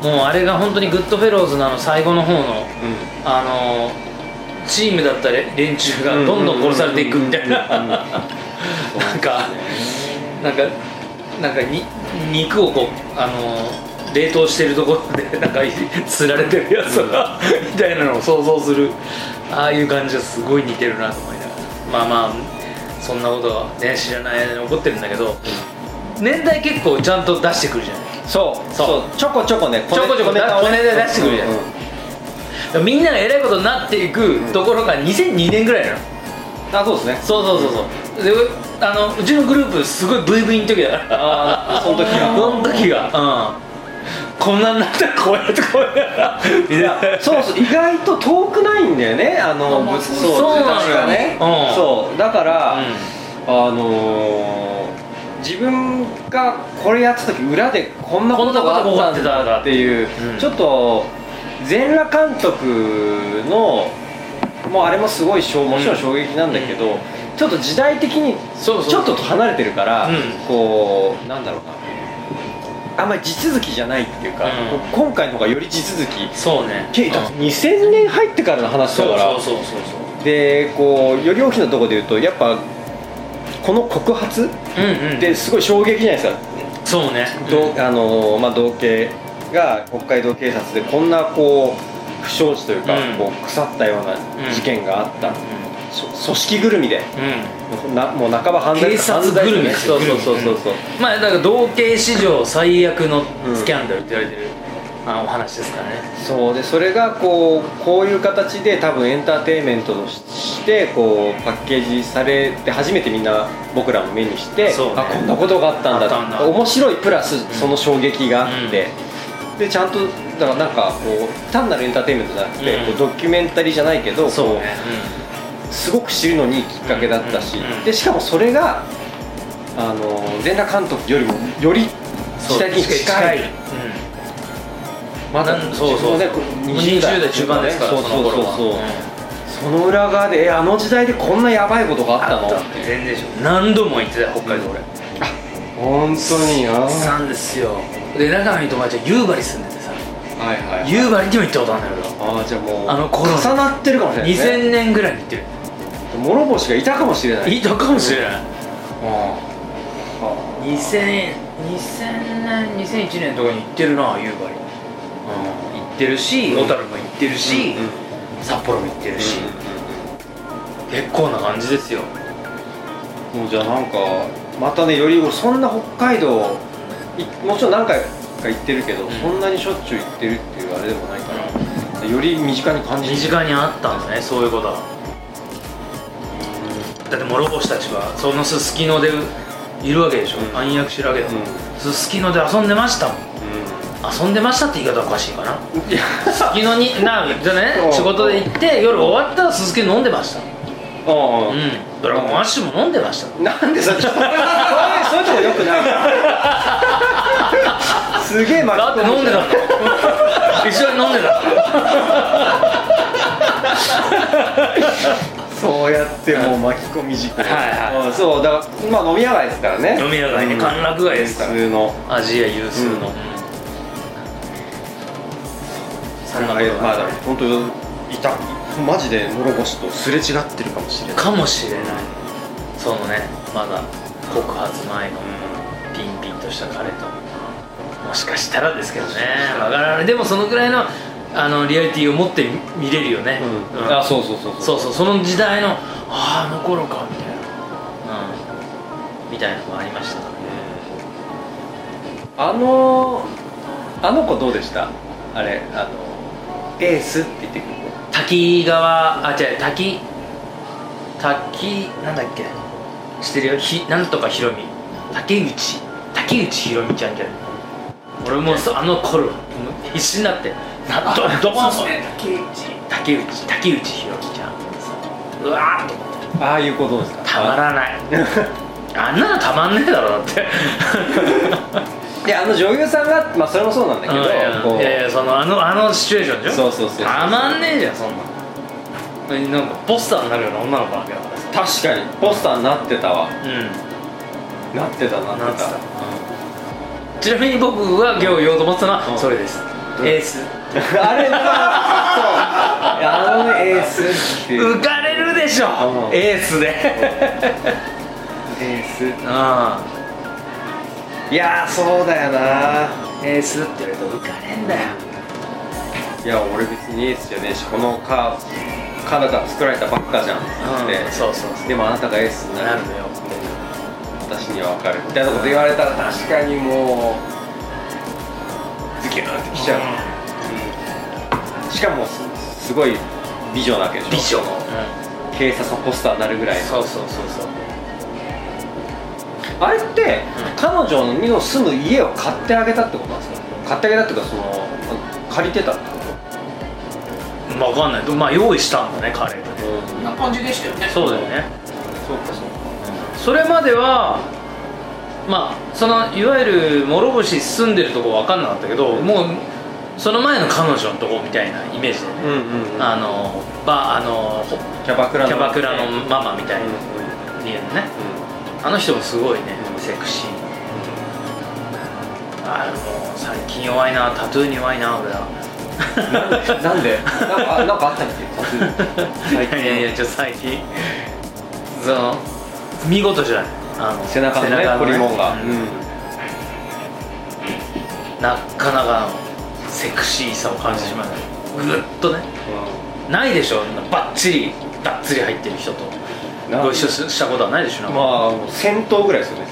[SPEAKER 1] そうもうあれが本当にグッドフェローズのあの最後の方のあのチームだったれ連中がどんどん殺されていくみたいな
[SPEAKER 2] うんうんうんうんうん
[SPEAKER 1] なんかなんかなんかに肉をこうあの冷凍してるところで なんか釣られてるやつがみたいなのを想像するああいう感じがすごい似てるなと思いながらまあまあそんなことはね知らない間に起こってるんだけど年代結構ちゃんと出してくるじゃない
[SPEAKER 2] そう
[SPEAKER 1] そう
[SPEAKER 2] そうちょこちょこね
[SPEAKER 1] ちょこちょこ
[SPEAKER 2] ネタをね
[SPEAKER 1] 小ネタ出してくるじゃん
[SPEAKER 2] うんうん
[SPEAKER 1] みんなが偉いことになっていくところが2002年ぐらいなの
[SPEAKER 2] あそうですね
[SPEAKER 1] そうそうそうそうであのうちのグループすごいブイブイの時だから
[SPEAKER 2] あーその時が
[SPEAKER 1] その時がうんこんなんなったらこうやってこうやって
[SPEAKER 2] いやそうそう意外と遠くないんだよねあの
[SPEAKER 3] まあ
[SPEAKER 2] ぶつ
[SPEAKER 3] そう
[SPEAKER 1] そう
[SPEAKER 2] 自宅がね
[SPEAKER 1] うん
[SPEAKER 2] そうだから、
[SPEAKER 1] うん
[SPEAKER 2] あのー自分がこれやってた時裏でこんなことがあったんだっていう
[SPEAKER 1] うん
[SPEAKER 2] ちょっと全裸監督のもうあれもすごいしょうもちろん衝撃なんだけど、ちょっと時代的に
[SPEAKER 1] そうそう
[SPEAKER 2] ちょっと離れてるから、
[SPEAKER 1] うん
[SPEAKER 2] こうなんだろうなあんまり地続きじゃないっていうか、
[SPEAKER 1] うん
[SPEAKER 2] 今回の方がより地続き
[SPEAKER 1] そうね
[SPEAKER 2] けだって2000年入ってからの話
[SPEAKER 1] そ
[SPEAKER 2] だ
[SPEAKER 1] う
[SPEAKER 2] か
[SPEAKER 1] そう
[SPEAKER 2] ら
[SPEAKER 1] そうそう
[SPEAKER 2] でこうより大きなところで言うとやっぱこの告発
[SPEAKER 1] そううんうん
[SPEAKER 2] ってすごい衝撃じゃないですか、
[SPEAKER 1] そうね
[SPEAKER 2] どうあのーまあ、道警が北海道警察でこんなこう不祥事というか、
[SPEAKER 1] うん
[SPEAKER 2] こう腐ったような事件があった、そ組織ぐるみで
[SPEAKER 1] うんうん
[SPEAKER 2] なもう半ば犯罪
[SPEAKER 1] 警察ぐるみです
[SPEAKER 2] そ
[SPEAKER 1] よ
[SPEAKER 2] うそうそうそうそう、
[SPEAKER 1] まあだから同系史上最悪のスキャンダルって言われてる、あのお話ですからね
[SPEAKER 2] そうでそれがこうこういう形で多分エンターテインメントとしてこうパッケージされて初めてみんな僕らも目にして、
[SPEAKER 1] そうね
[SPEAKER 2] あこんなことがあったんだ
[SPEAKER 1] あったんだ
[SPEAKER 2] 面白いプラスその衝撃があって、でちゃんとだからなんかこう単なるエンターテインメントじゃなくて、
[SPEAKER 1] うん
[SPEAKER 2] こうドキュメンタリーじゃないけど
[SPEAKER 1] そう
[SPEAKER 2] こ
[SPEAKER 1] ね、
[SPEAKER 2] うすごく知るのにいいきっかけだったし、
[SPEAKER 1] うんうんうん
[SPEAKER 2] でしかもそれがあの全裸監督よりもより
[SPEAKER 1] そう
[SPEAKER 2] 下に近い
[SPEAKER 1] うん
[SPEAKER 2] まだ
[SPEAKER 1] なんそうそう
[SPEAKER 2] 自分もねこう
[SPEAKER 1] 20代中盤ですから
[SPEAKER 2] そう
[SPEAKER 1] その
[SPEAKER 2] そうそう
[SPEAKER 1] 頃
[SPEAKER 2] そう、
[SPEAKER 1] はうん
[SPEAKER 2] その裏側でえあの時代でこんなやばいことがあったの
[SPEAKER 1] 全然でしょ何度も行ってたよ北海道俺
[SPEAKER 2] 本当にあ
[SPEAKER 1] そうなんですよで仲のいい友達は夕張住んでてさ
[SPEAKER 2] はいはい
[SPEAKER 1] 夕張にも行ったことあるんだけど
[SPEAKER 2] ああじゃあもう
[SPEAKER 1] あの頃
[SPEAKER 2] 重なってるかもしれない、ね、
[SPEAKER 1] 2000年ぐらいに行ってる
[SPEAKER 2] 諸星がいたかもしれない
[SPEAKER 1] いいとこかもしれない
[SPEAKER 2] ああ
[SPEAKER 1] 2000 2000年2001年とかに行ってるな夕張うん行ってるし小樽も行ってるし
[SPEAKER 2] うんうん
[SPEAKER 1] 札幌も行ってるし結構な感じですよ
[SPEAKER 2] もうじゃあなんかまたねよりそんな北海道いもちろん何回か行ってるけど、
[SPEAKER 1] ん
[SPEAKER 2] そんなにしょっちゅう行ってるっていうあれでもないからより身近に感じる
[SPEAKER 1] 身近にあったんですねそういうことはだって諸星たちはそのすすきのでいるわけでしょ、
[SPEAKER 2] うん
[SPEAKER 1] 暗躍してるわけだ
[SPEAKER 2] う
[SPEAKER 1] すすきので遊んでましたもん遊んでましたって言い方おかしいかな
[SPEAKER 2] うんいや
[SPEAKER 1] すすきのになじゃあね
[SPEAKER 2] そう
[SPEAKER 1] 仕事で行って夜終わったらすすきの飲んでました
[SPEAKER 2] あ
[SPEAKER 1] うんドラゴンアッシュも飲んでました
[SPEAKER 2] なんでそれそういうそういうとこよ くないからすげえ巻き
[SPEAKER 1] だって
[SPEAKER 2] 込む
[SPEAKER 1] 飲んでたの 一緒に飲んでた
[SPEAKER 2] そうやってもう巻き込み事故
[SPEAKER 1] はいはい
[SPEAKER 2] うんそうだから今飲み屋街ですからね
[SPEAKER 1] 飲み屋街ね
[SPEAKER 2] うん
[SPEAKER 1] 歓楽街ですから
[SPEAKER 2] 普通の
[SPEAKER 1] アジア有数の、
[SPEAKER 2] うん
[SPEAKER 1] そんなこと
[SPEAKER 2] まあ
[SPEAKER 1] が
[SPEAKER 2] だから本当にいたマジで諸星とすれ違ってるかもしれない
[SPEAKER 1] かもしれないそのねまだ告発前のピンピンとした彼ともしかしたらですけどねわからないでもそのぐらいのあのリアリティを持って見れるよね、うん
[SPEAKER 2] あそうそうそう
[SPEAKER 1] そうそうその時代のあああの頃かみたいな、うん、みたいなのがありましたからね
[SPEAKER 2] あのあの子どうでしたあれあのエースって言ってくる
[SPEAKER 1] 滝川あ違う滝滝なんだっけ知ってるよひなんとかひろみ竹内竹内ひろみちゃんじゃない俺もそうあの頃もう必死になってなどどこの
[SPEAKER 3] そうですね竹
[SPEAKER 1] 竹
[SPEAKER 3] 内
[SPEAKER 1] 内竹内ひろみちゃんそううわーっと思って
[SPEAKER 2] 子ああいう子どうですか
[SPEAKER 1] たまら ないあんなのたまんねえだろだって
[SPEAKER 2] であの女優さんがまあそれもそうなんだけど、
[SPEAKER 1] うんいやいや
[SPEAKER 2] こう
[SPEAKER 1] いやいやそのあのあのシチュエーションでしょ
[SPEAKER 2] そうそうそうそう
[SPEAKER 1] たまんねえじゃんそんなの当になんかポスターになるような女の子なんだよ
[SPEAKER 2] 確かにポスターになってたわ
[SPEAKER 1] うん
[SPEAKER 2] なってたな
[SPEAKER 1] な
[SPEAKER 2] っ
[SPEAKER 1] っててた、
[SPEAKER 2] た
[SPEAKER 1] ちなみに僕は今日言おうと思ってたのは、
[SPEAKER 2] うん
[SPEAKER 1] それです
[SPEAKER 2] どれ
[SPEAKER 1] エース
[SPEAKER 2] あれなそうあのエースっていう
[SPEAKER 1] 浮かれるでしょ、
[SPEAKER 2] うん
[SPEAKER 1] エース で
[SPEAKER 2] エー
[SPEAKER 1] あ
[SPEAKER 2] スいやーそうだよな
[SPEAKER 1] あエースって言われると浮かれんだよ
[SPEAKER 2] いや俺別にエースじゃねえしこのカカナダ作られたばっかじゃん
[SPEAKER 1] うん
[SPEAKER 2] で
[SPEAKER 1] そうそうそ
[SPEAKER 2] でもあなたがエースに
[SPEAKER 1] う
[SPEAKER 2] な
[SPEAKER 1] な
[SPEAKER 2] る
[SPEAKER 1] るのよ
[SPEAKER 2] 私には分かるみたいなこと言われたら確かにもうズキューンってきちゃう、しかもすすごい美女なわけでしょ
[SPEAKER 1] 美女
[SPEAKER 2] その警察のポスターになるぐらいの
[SPEAKER 1] そうそうそうそう
[SPEAKER 2] あれって、
[SPEAKER 1] ん
[SPEAKER 2] 彼女の住む家を買ってあげたってことなんですか買ってあげたっていうかその借りてたってこ
[SPEAKER 1] まあ分かんないまあ用意したんだね彼
[SPEAKER 2] と、
[SPEAKER 3] こんな感じでしたよね
[SPEAKER 1] そうだよね
[SPEAKER 2] そうかそう
[SPEAKER 1] それまではまあそのいわゆる諸星住んでるとこ分かんなかったけどもうその前の彼女のとこみたいなイメージでね、
[SPEAKER 2] かうんうん、
[SPEAKER 1] あのバーあのほ
[SPEAKER 2] キャバクラの
[SPEAKER 1] キャバクラの
[SPEAKER 2] うんうん
[SPEAKER 1] ママみたいな家のねあの人もすごいね
[SPEAKER 2] うん
[SPEAKER 1] セクシーあーもう最近弱いなタトゥーに弱いな俺は
[SPEAKER 2] な んでなんかあなんかあったっけ最近
[SPEAKER 1] いやいやちょっと最近その見事じゃないあの
[SPEAKER 2] 背中のねポリモンが、
[SPEAKER 1] うんなかなかのセクシーさを感じてしまうぐっとねないでしょあんなバッチリバッチリ入ってる人と
[SPEAKER 2] なん
[SPEAKER 1] ご一緒すしたことはないでしょなんか
[SPEAKER 2] まあ戦闘ぐらいですよね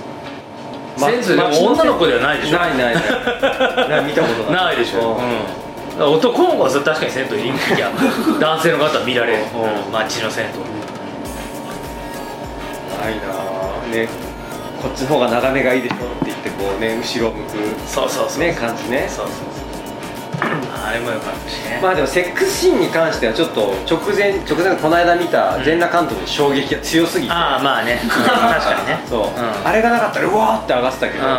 [SPEAKER 1] 先生でも女の子ではないでしょ
[SPEAKER 2] ないないないない見たことない
[SPEAKER 1] ないでしょ、
[SPEAKER 2] うん
[SPEAKER 1] うん男の子は確かに銭湯いるいや 男性の方は見られる、
[SPEAKER 2] うん
[SPEAKER 1] うん街の銭湯
[SPEAKER 2] ないなあねこっちの方が眺めがいいでしょって言ってこうね後ろ向く
[SPEAKER 1] そうそうそう
[SPEAKER 2] ね感じね
[SPEAKER 1] そうそうそうあれもよかったしね、
[SPEAKER 2] まあでもセックスシーンに関してはちょっと直前直前この間見た全裸監督の衝撃が強すぎて、
[SPEAKER 1] ああまあね、うん確かにね
[SPEAKER 2] そう、
[SPEAKER 1] ん
[SPEAKER 2] あれがなかったらうわーって上がってたけど、
[SPEAKER 1] う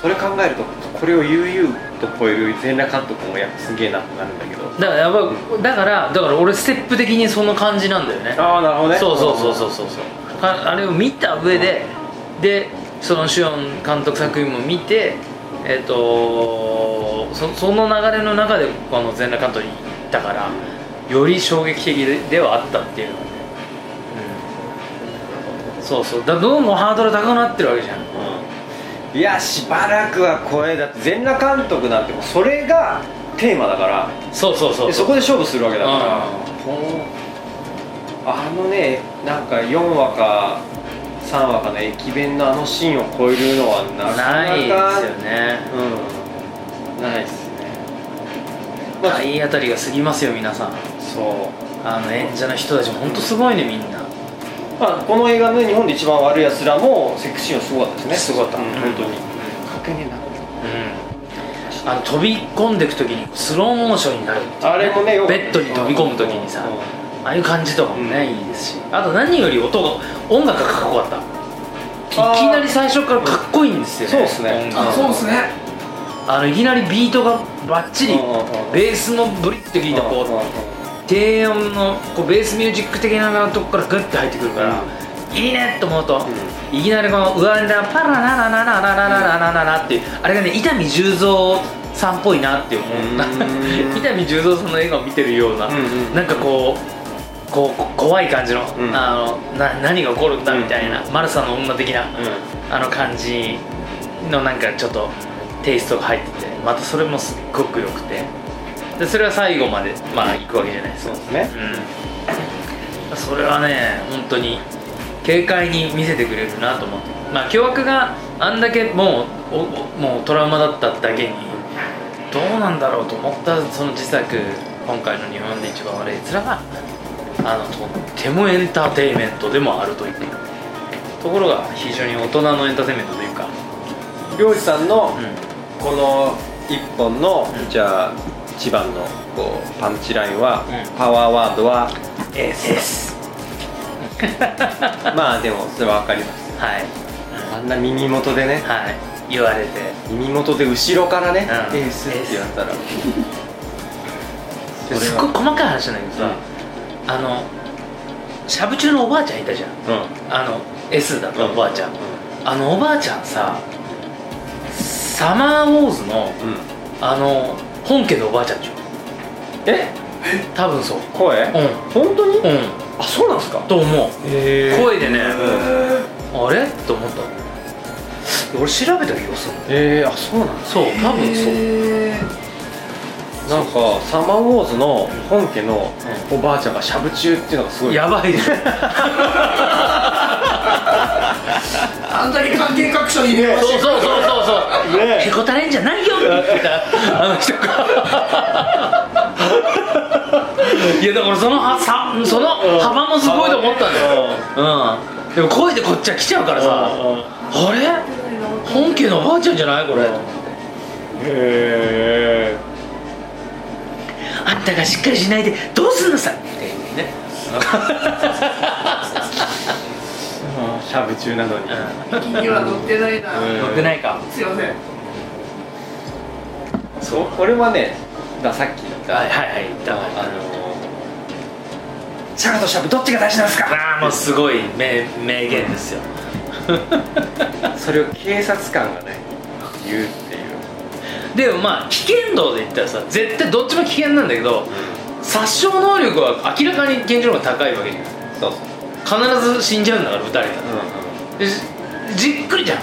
[SPEAKER 2] それ考えるとこれを悠々と超える全裸監督もやっぱすげえなってなるんだけど
[SPEAKER 1] んだからやばいだからだから俺ステップ的にそんな感じなんだよね
[SPEAKER 2] ああなるほどね
[SPEAKER 1] そうそうそうそうそうそうああれを見た上で、でそのシオン監督作品も見てえっ、とそその流れの中でこの全裸監督に行ったからより衝撃的でではあったっていうのはね、うん、そうそうだどんどんハードル高くなってるわけじゃん
[SPEAKER 2] うんいやしばらくはこれだって全裸監督なんてもうそれがテーマだから
[SPEAKER 1] そうそうそう
[SPEAKER 2] でそこで勝負するわけだから
[SPEAKER 1] うん
[SPEAKER 2] もうあのねなんか4話か3話かの駅弁のあのシーンを超えるのはなかなか
[SPEAKER 1] ないですよね
[SPEAKER 2] うんないですねまあ
[SPEAKER 1] 体当たりが過ぎますよ皆さん
[SPEAKER 2] そう
[SPEAKER 1] あの演者の人たちも本当すごいねみんな
[SPEAKER 2] まあこの映画の日本で一番悪いやつらもセクシーンはすごかったですね
[SPEAKER 1] すごかった
[SPEAKER 2] うん本当に駆けね
[SPEAKER 1] うんあの飛び込んでいく時にスローモーションになるっていうね、
[SPEAKER 2] あれもねよく
[SPEAKER 1] ベッドに飛び込む時にさ
[SPEAKER 2] うんうん
[SPEAKER 1] ああいう感じとかもね、
[SPEAKER 2] うん
[SPEAKER 1] いいですしあと何より音が音楽がかっこよかったい
[SPEAKER 2] あー
[SPEAKER 1] きなり最初からかっこいいんですよね
[SPEAKER 2] そうっすね
[SPEAKER 1] 音楽
[SPEAKER 3] あそうですね
[SPEAKER 1] あのいきなりビートがバッチリ
[SPEAKER 2] うんうんうん
[SPEAKER 1] ベースのブリッて聞いたこう低音のこうベースミュージック的なとこからグッて入ってくるから、いいねと思うと、いきなりこの上んだパラララララララララララっていうあれがね伊丹十三さんっぽいなって思う
[SPEAKER 2] うん
[SPEAKER 1] 伊丹十三さんの映画を見てるような、
[SPEAKER 2] うんうん
[SPEAKER 1] なんかこうこうこ怖い感じの,、
[SPEAKER 2] うん
[SPEAKER 1] あのな何が起こるんだみたいな、マルサの女的な、あの感じのなんかちょっとテイストが入っててまたそれもすっごく良くてでそれは最後までまあ行くわけじゃないです
[SPEAKER 2] そう
[SPEAKER 1] か
[SPEAKER 2] ですね
[SPEAKER 1] うん、それはね本当に軽快に見せてくれるなと思ってまあ凶悪があんだけもうおおもうトラウマだっただけにどうなんだろうと思ったその自作今回の「日本で一番悪い奴らが」あのとってもエンターテインメントでもあるというところが非常に大人のエンターテインメントというか、
[SPEAKER 2] 漁師さんの
[SPEAKER 1] う
[SPEAKER 2] この一本の
[SPEAKER 1] うん
[SPEAKER 2] じゃあ一番のこうパンチラインは
[SPEAKER 1] うん
[SPEAKER 2] パワーワードは
[SPEAKER 1] ん、エースですは
[SPEAKER 2] まあでもそれは分かります
[SPEAKER 1] い
[SPEAKER 2] あんな耳元でね
[SPEAKER 1] はい言われて
[SPEAKER 2] 耳元で後ろからね
[SPEAKER 1] うん
[SPEAKER 2] エ ースって言われたら
[SPEAKER 1] すっごい細かい話なんだけどさ、あのしゃぶ中のおばあちゃんいたじゃん
[SPEAKER 2] うん
[SPEAKER 1] あの S だったおばあちゃん、
[SPEAKER 2] うん
[SPEAKER 1] あのおばあちゃんさサマーウォーズの
[SPEAKER 2] うん
[SPEAKER 1] あの本家のおばあちゃんでしょ
[SPEAKER 2] え
[SPEAKER 1] 多分そう
[SPEAKER 2] 声
[SPEAKER 1] うん
[SPEAKER 2] 本当に
[SPEAKER 1] うん
[SPEAKER 2] あそうなんですか
[SPEAKER 1] と思う
[SPEAKER 2] へえ
[SPEAKER 1] 声でね
[SPEAKER 2] へ
[SPEAKER 1] あれと思った俺調べた気がする
[SPEAKER 2] えあそうなんです
[SPEAKER 1] そう多分そう
[SPEAKER 3] へ
[SPEAKER 2] なんかサマーウォーズの本家のおばあちゃんがしゃぶ中っていうのがすごい
[SPEAKER 1] や ばいでしょ
[SPEAKER 3] ーあんだけ関係各所にね
[SPEAKER 1] そうそうそうそうそう、
[SPEAKER 2] ねえ
[SPEAKER 1] へこたれんじゃないよって言ってたあの人がいやだからそのはさその幅もすごいと思ったんだようんでも声でこっちは来ちゃうからさ
[SPEAKER 2] うんうん
[SPEAKER 1] あれ本家のおばあちゃんじゃないこれあ
[SPEAKER 2] へえ
[SPEAKER 1] んたがしっかりしないでどうすんのさっていうね
[SPEAKER 2] しゃぶ中なのに
[SPEAKER 3] 金魚は乗ってないな、
[SPEAKER 2] うん
[SPEAKER 1] 乗ってないか
[SPEAKER 3] すいません
[SPEAKER 2] そう俺はねださっき言っ
[SPEAKER 1] はい
[SPEAKER 2] た
[SPEAKER 1] はいはいだから
[SPEAKER 2] あのシャカとシャブどっちが大事なんですか
[SPEAKER 1] ああもうすごい名名言ですよ
[SPEAKER 2] それを警察官がね言うっていう
[SPEAKER 1] でもまあ危険度で言ったらさ絶対どっちも危険なんだけど殺傷能力は明らかに現状の方が高いわけじゃん
[SPEAKER 2] そうそう
[SPEAKER 1] 必ず死んじゃうんだから撃たれたら
[SPEAKER 2] うんうん
[SPEAKER 1] でじじっくりじゃん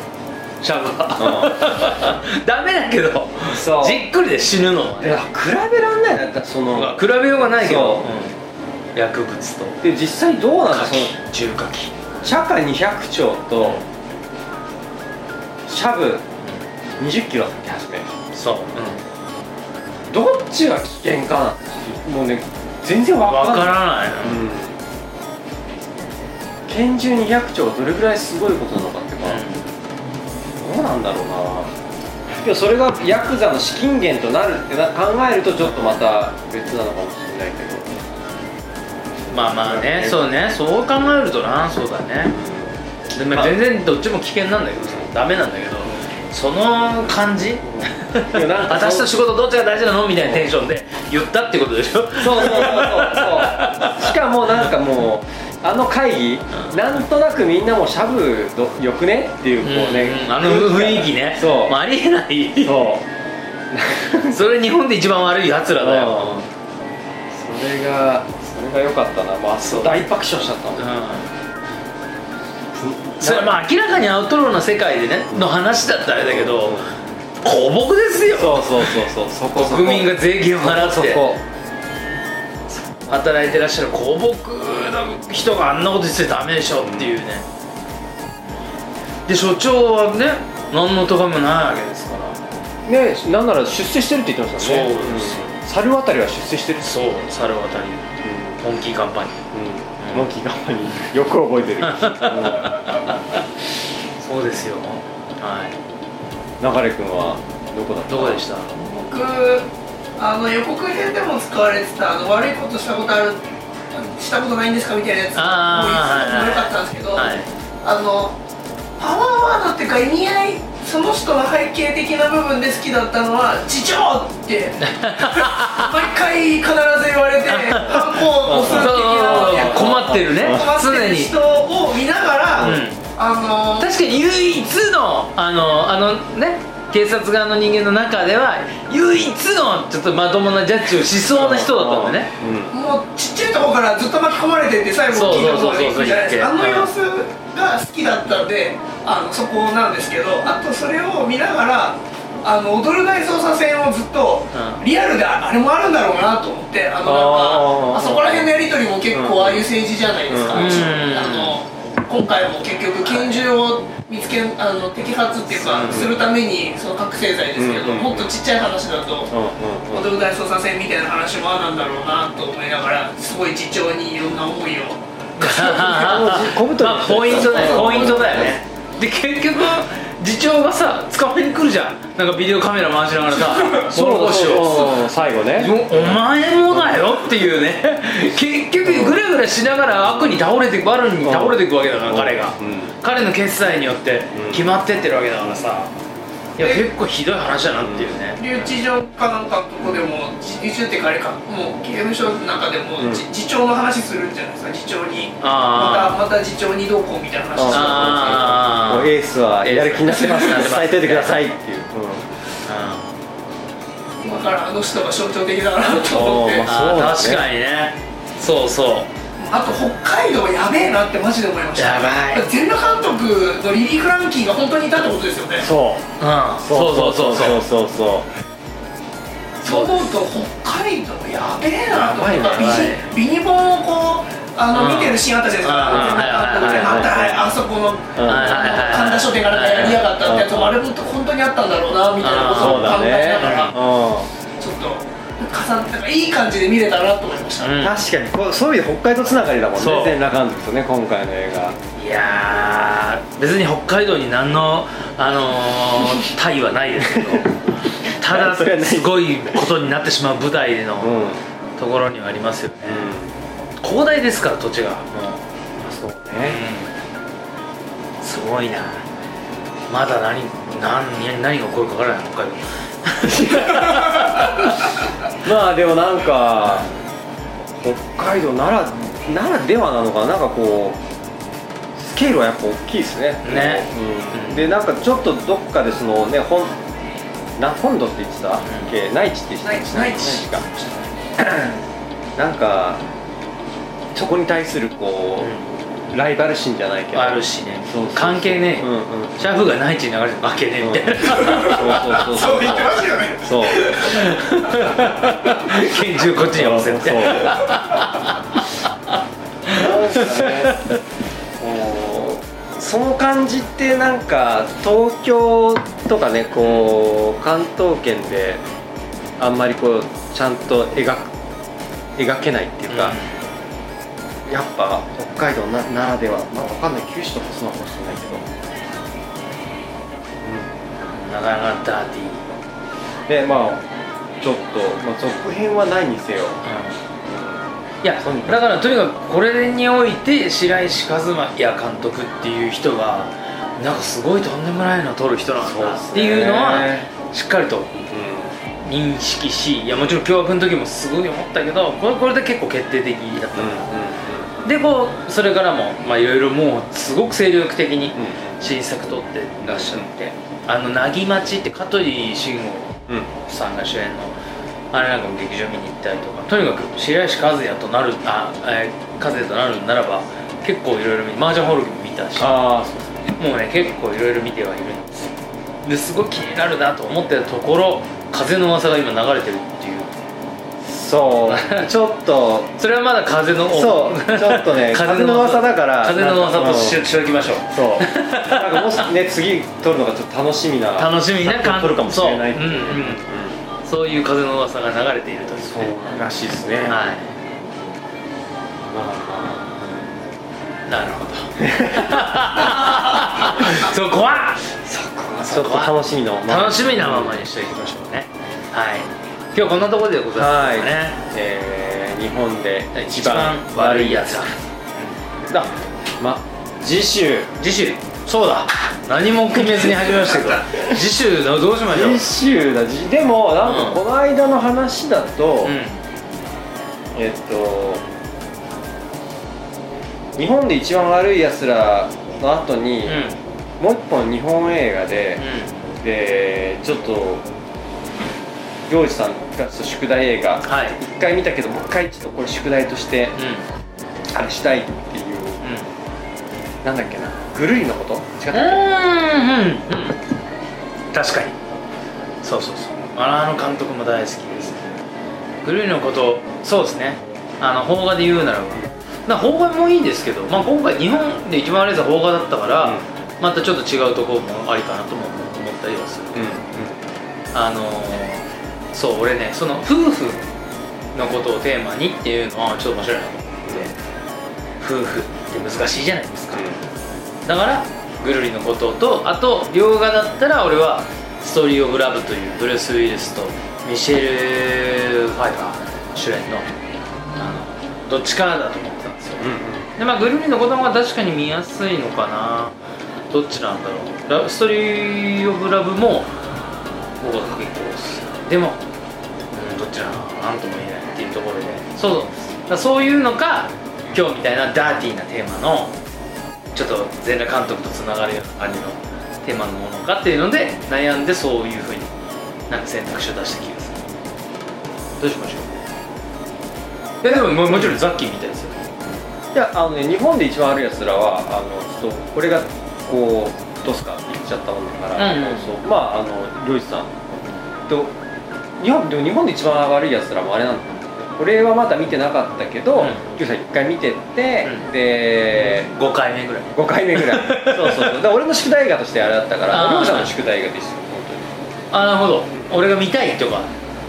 [SPEAKER 1] シャブは ダメだけど
[SPEAKER 2] そう
[SPEAKER 1] じっくりで死ぬのは
[SPEAKER 2] だから
[SPEAKER 1] ね
[SPEAKER 2] 比べらんないなだってその
[SPEAKER 1] 比べようがないけど
[SPEAKER 2] そ
[SPEAKER 1] うん薬物と
[SPEAKER 2] で実際どうなんだその
[SPEAKER 1] 火器重火器
[SPEAKER 2] 釈迦200丁とシャブ20キロだっけ初め
[SPEAKER 1] そう
[SPEAKER 2] どっちが危険かなもうね全然わか
[SPEAKER 1] 分
[SPEAKER 2] ん
[SPEAKER 1] か
[SPEAKER 2] ない
[SPEAKER 1] らないな
[SPEAKER 2] うん拳銃200丁がどれぐらいすごいことなのかってか、どうなんだろうなでもそれがヤクザの資金源となるってな考えるとちょっとまた別なのかもしれないけど
[SPEAKER 1] まあまあねそうねそう考えるとなそうだねでまあ
[SPEAKER 2] まあ
[SPEAKER 1] 全然どっちも危険なんだけどさダメなんだけどその感じ
[SPEAKER 2] いやなん か
[SPEAKER 1] 私と仕事どっちが大事なのみたいなテンションで言ったってことでしょ
[SPEAKER 2] そう そうそうそうそうしかもなんかもうあの会議、なんとなくみんなもシャブどよくねっていうこうね、
[SPEAKER 1] うんうんあの雰囲気ね
[SPEAKER 2] そう
[SPEAKER 1] もありえない
[SPEAKER 2] そう
[SPEAKER 1] それ日本で一番悪いやつらだよ、
[SPEAKER 2] それがそれが良かったな、まあ、大爆笑しちゃったも
[SPEAKER 1] う
[SPEAKER 2] ん
[SPEAKER 1] ん、それまあ明らかにアウトローな世界でねの話だったらあれだけど小朴ですよ
[SPEAKER 2] そうそうそうそうそこそこ
[SPEAKER 1] 国民が税金を払って
[SPEAKER 2] そこそこ
[SPEAKER 1] 働いてらっしゃる公僕の人があんなことしてダメでしょっていうね、で所長はね何の咎めもないわけですから
[SPEAKER 2] ねなんなら出世してるって言ってましたよね
[SPEAKER 1] そうですよ
[SPEAKER 2] ん猿渡りは出世してるっす
[SPEAKER 1] そう猿渡り本気カンパニー
[SPEAKER 2] うんモンキーガンマによく覚えてる、
[SPEAKER 1] そうですよはい
[SPEAKER 2] うん、流れ君はどこだった
[SPEAKER 1] どこでした
[SPEAKER 3] 僕あの予告編でも使われてたあの悪いことしたことあるしたことないんですかみたいなやつ
[SPEAKER 1] あー
[SPEAKER 3] もういつも良かったんですけど、
[SPEAKER 1] はい
[SPEAKER 3] あのパワーワードっていうか意味合いその人の背景的な部分で好きだったのは「次長!」って 毎回必ず言われて反抗を
[SPEAKER 1] そう
[SPEAKER 3] 押す的な
[SPEAKER 1] 困ってるね
[SPEAKER 3] 困って
[SPEAKER 1] 常
[SPEAKER 3] る
[SPEAKER 1] に
[SPEAKER 3] 人を見ながら、
[SPEAKER 1] うん
[SPEAKER 3] あの
[SPEAKER 1] 確かに唯一のあのあのね警察側の人間の中では唯一のちょっとまともなジャッジをしそうな人だったんだね
[SPEAKER 2] うん
[SPEAKER 3] もうちっちゃいとこからずっと巻き込まれてて最後大きいとこまで行くじゃないですかあ
[SPEAKER 1] そう
[SPEAKER 3] の様
[SPEAKER 1] そう
[SPEAKER 3] 子が好きだったんであのそこなんですけどあとそれを見ながらあの踊る大捜査線をずっと
[SPEAKER 1] うん
[SPEAKER 3] リアルでああれもあるんだろうなと思ってあのなんか
[SPEAKER 2] あー
[SPEAKER 3] あそこら辺のやり取りも結構ああいう政治じゃないですか、
[SPEAKER 2] うん
[SPEAKER 3] あの今回も結局拳銃を見つけあの摘発っていうかするためにその覚醒剤ですけど、
[SPEAKER 2] うん
[SPEAKER 3] もっとちっちゃい話だと。
[SPEAKER 2] うんうんうん
[SPEAKER 3] 踊る大捜査線みたいな話もあなんだろうなと思いながらすごい自重にいろんな思いを
[SPEAKER 2] 小太り
[SPEAKER 1] まあポイントだよポイントだよねで結局次長がさ捕まえに来るじゃんなんかビデオカメラ回しながらさ
[SPEAKER 2] そう
[SPEAKER 1] 諸星を
[SPEAKER 2] そう最後ね
[SPEAKER 1] おお前もだよっていうね結局ぐらぐらしながら悪に倒れてバルに倒れていくわけだから
[SPEAKER 2] うん
[SPEAKER 1] 彼が、
[SPEAKER 2] うん
[SPEAKER 1] 彼の決裁によって
[SPEAKER 2] うん
[SPEAKER 1] 決まってってるわけだからさ、いや結構ひどい話だなっていうね、
[SPEAKER 3] 留置所かなんかのとこでもじ留置所っていうかあれかもう刑務所の中でも、
[SPEAKER 2] うん
[SPEAKER 3] じ次長の話するんじゃないですか次長にま
[SPEAKER 1] あ
[SPEAKER 3] たまた次長にどうこうみたい
[SPEAKER 1] あ
[SPEAKER 3] な話した
[SPEAKER 1] あ
[SPEAKER 2] もう
[SPEAKER 1] ー
[SPEAKER 2] エースはやる気になってますから
[SPEAKER 1] エース
[SPEAKER 2] 伝えといてくださいっていう、
[SPEAKER 1] あ
[SPEAKER 3] 今からあの人が象徴的だなと思って
[SPEAKER 2] おーまそうだ
[SPEAKER 1] ー
[SPEAKER 2] ね
[SPEAKER 1] 確かにねそうそう
[SPEAKER 3] あと北海道やべえなってマジで思いまし
[SPEAKER 1] や
[SPEAKER 3] た
[SPEAKER 1] ばい
[SPEAKER 3] 全裸監督のリリー・フランキーが本当にいたってことですよね
[SPEAKER 2] そう
[SPEAKER 1] うんそうそうそうそう
[SPEAKER 2] そうそうそ
[SPEAKER 3] そう思うと北海道やべえなと思
[SPEAKER 1] やば
[SPEAKER 3] っ
[SPEAKER 1] いね
[SPEAKER 3] てビニビニボンをこうあ
[SPEAKER 1] うん
[SPEAKER 3] の見てるシーンあったじ
[SPEAKER 1] うんうん
[SPEAKER 3] ゃないですか
[SPEAKER 2] はい
[SPEAKER 3] ま
[SPEAKER 2] はいはい
[SPEAKER 3] たあそこ
[SPEAKER 2] う
[SPEAKER 3] の
[SPEAKER 2] うん
[SPEAKER 1] はいはいはい
[SPEAKER 3] 神田商店からやりやがったってやつもあれも本当にあったんだろうなみたいなこ
[SPEAKER 2] そ
[SPEAKER 3] とを
[SPEAKER 2] う
[SPEAKER 3] 考
[SPEAKER 2] だね
[SPEAKER 3] えながら
[SPEAKER 2] う
[SPEAKER 3] ちょっと重ねなんかいい感じで見れたなと思いました
[SPEAKER 1] うん
[SPEAKER 2] ん確かにこうそういう意味で北海道つながりだもんね
[SPEAKER 1] そう
[SPEAKER 2] 全裸監督とね今回の映画
[SPEAKER 1] いやー別に北海道に何のあのー、対はないです けどただ
[SPEAKER 2] それはない
[SPEAKER 1] すごいことになってしまう舞台で
[SPEAKER 2] うん
[SPEAKER 1] の
[SPEAKER 2] うん
[SPEAKER 1] ところにはありますよね、広大ですから土地がも
[SPEAKER 2] そ
[SPEAKER 1] う、
[SPEAKER 2] うね
[SPEAKER 1] うんすごいなまだ何何何が起こるか分からない北海道
[SPEAKER 2] まあでもなんか北海道ならならではなのかななんかこうスケールはやっぱ大きいですね
[SPEAKER 1] ね
[SPEAKER 2] うんでなんかちょっとどっかでそのね本な本土って言ってたっけ内地って言ってた
[SPEAKER 3] ないしないし
[SPEAKER 2] か なんかそこに対するこう、ライバル心じゃないけど
[SPEAKER 1] あるしね
[SPEAKER 2] そうそうそう
[SPEAKER 1] 関係ねえ、
[SPEAKER 2] うんうん
[SPEAKER 1] シャフが内地に流れてるわけねえみたいな、
[SPEAKER 2] そうそうそうそう
[SPEAKER 3] そう言ってましたよね
[SPEAKER 2] そう
[SPEAKER 1] 拳銃こっちに合わせて
[SPEAKER 2] そうそうなんかねこうその感じってなんか東京とかねこう関東圏であんまりこうちゃんと描く描けないっていうか、やっぱ北海道なならではまあわかんない九州とかそうなのかもしれないけ
[SPEAKER 1] な
[SPEAKER 2] ど
[SPEAKER 1] かなかダーティー
[SPEAKER 2] でまあちょっと、まあ、続編はないにせよ
[SPEAKER 1] いや
[SPEAKER 2] とにかく
[SPEAKER 1] だからとにかくこれにおいて白石和也監督っていう人がなんかすごいとんでもないのを撮る人なんだっていうのはしっかりと
[SPEAKER 2] う
[SPEAKER 1] 認識しいやもちろん凶悪の時もすごい思ったけどこれこれで結構決定的だった
[SPEAKER 2] んうんうん
[SPEAKER 1] でこうそれからもまあいろいろもうすごく精力的に
[SPEAKER 2] うん
[SPEAKER 1] 新作撮ってらっしゃってあの「なぎまち」って香取慎吾
[SPEAKER 2] うんうん
[SPEAKER 1] さんが主演のあれなんかも劇場見に行ったりとかとにかく白石和也となるあ、えー、和也となるならば結構いろいろ見マージャンホールも見たしも
[SPEAKER 2] ああそう
[SPEAKER 1] うね結構いろいろ見てはいるんですよですごい気になるなと思ってたところ風の噂が今流れてるっていう
[SPEAKER 2] そうちょっと
[SPEAKER 1] それはまだ風の
[SPEAKER 2] そうちょっと ね風の噂だから
[SPEAKER 1] 風の噂とし
[SPEAKER 2] なんか
[SPEAKER 1] しておきましょう
[SPEAKER 2] そうなんかもしね次撮るのがちょっと楽しみな
[SPEAKER 1] 楽しみな
[SPEAKER 2] 撮るかもしれないって
[SPEAKER 1] そ,、
[SPEAKER 2] いうう
[SPEAKER 1] うんうん、そういう風の噂が流れているという
[SPEAKER 2] そうらしいですね、ま
[SPEAKER 1] はい
[SPEAKER 2] あ
[SPEAKER 1] なるほど そこは
[SPEAKER 2] ちょっと楽しみのまあ
[SPEAKER 1] 楽しみなままにしていきましょうねはい今日こんなところでございますかね、
[SPEAKER 2] えー日本で一
[SPEAKER 1] 一
[SPEAKER 2] 番
[SPEAKER 1] 番
[SPEAKER 2] 悪
[SPEAKER 1] 悪
[SPEAKER 2] い
[SPEAKER 1] い
[SPEAKER 2] や
[SPEAKER 1] や
[SPEAKER 2] つ
[SPEAKER 1] つだ
[SPEAKER 2] だま次週
[SPEAKER 1] 次週そうだ何も決めずに始めましたけど次週どうしましょう
[SPEAKER 2] 次週だじでもなんかこの間の話だと、
[SPEAKER 1] うん
[SPEAKER 2] えっと日本で一番悪いやつらの後に、
[SPEAKER 1] うん
[SPEAKER 2] もう一本日本映画で、
[SPEAKER 1] う
[SPEAKER 2] でちょっと行司さんが宿題映画
[SPEAKER 1] んはい
[SPEAKER 2] 一回見たけどもう一回ちょっとこれ宿題として
[SPEAKER 1] うん
[SPEAKER 2] あれしたいっていう
[SPEAKER 1] う
[SPEAKER 2] なんだっけなぐるりのこと違った
[SPEAKER 1] んうんうんうん確かにそうそうそうあの監督も大好きですグルーのことそうですねあの邦画で言うならばな邦画もいいんですけど、まあ、今回日本で一番あれは邦画だったから、
[SPEAKER 2] うん
[SPEAKER 1] またちょっと違うところもありかなとも思ったりはする
[SPEAKER 2] うんうん
[SPEAKER 1] あのーそう俺ねその夫婦のことをテーマにっていうのはちょっと面白いなと思って夫婦って難しいじゃないですか、だからぐるりのこととあと洋画だったら俺は「ストーリー・オブ・ラブ」というブルース・ウィルスとミシェル・ファイバー主演のあのどっちかだと思ってたんですよ
[SPEAKER 2] うん
[SPEAKER 1] でまあぐるりのことの方が確かに見やすいのかなどっちなんだろうラブストーリー・オブ・ラブも僕は確認ですでも、うん、どっちなのなんとも言えないっていうところでそうそうだからそういうのか今日みたいなダーティーなテーマのちょっと全裸監督とつながるような感じのテーマのものかっていうので悩んでそういうふうになんか選択肢を出した気がするどうしましょういやでもももちろんザッキーみたいですよ
[SPEAKER 2] いやあのね日本で一番悪いやつらはあのちょっとこれがこうどうすかって言っちゃったもんだから、
[SPEAKER 1] うんうん
[SPEAKER 2] そうまああの漁師さんと日本でも日本で一番悪いやつらもあれなんだこれはまだ見てなかったけど、
[SPEAKER 1] うん
[SPEAKER 2] 漁師さん一回見てって、
[SPEAKER 1] うん
[SPEAKER 2] で
[SPEAKER 1] 5回目ぐらい
[SPEAKER 2] 5回目 ぐらいそうそうそうだから俺の宿題がとしてあれだったか
[SPEAKER 1] あ
[SPEAKER 2] ら
[SPEAKER 1] ー
[SPEAKER 2] 漁師さんの宿題がですよ
[SPEAKER 1] あなるほど俺が見たいとか、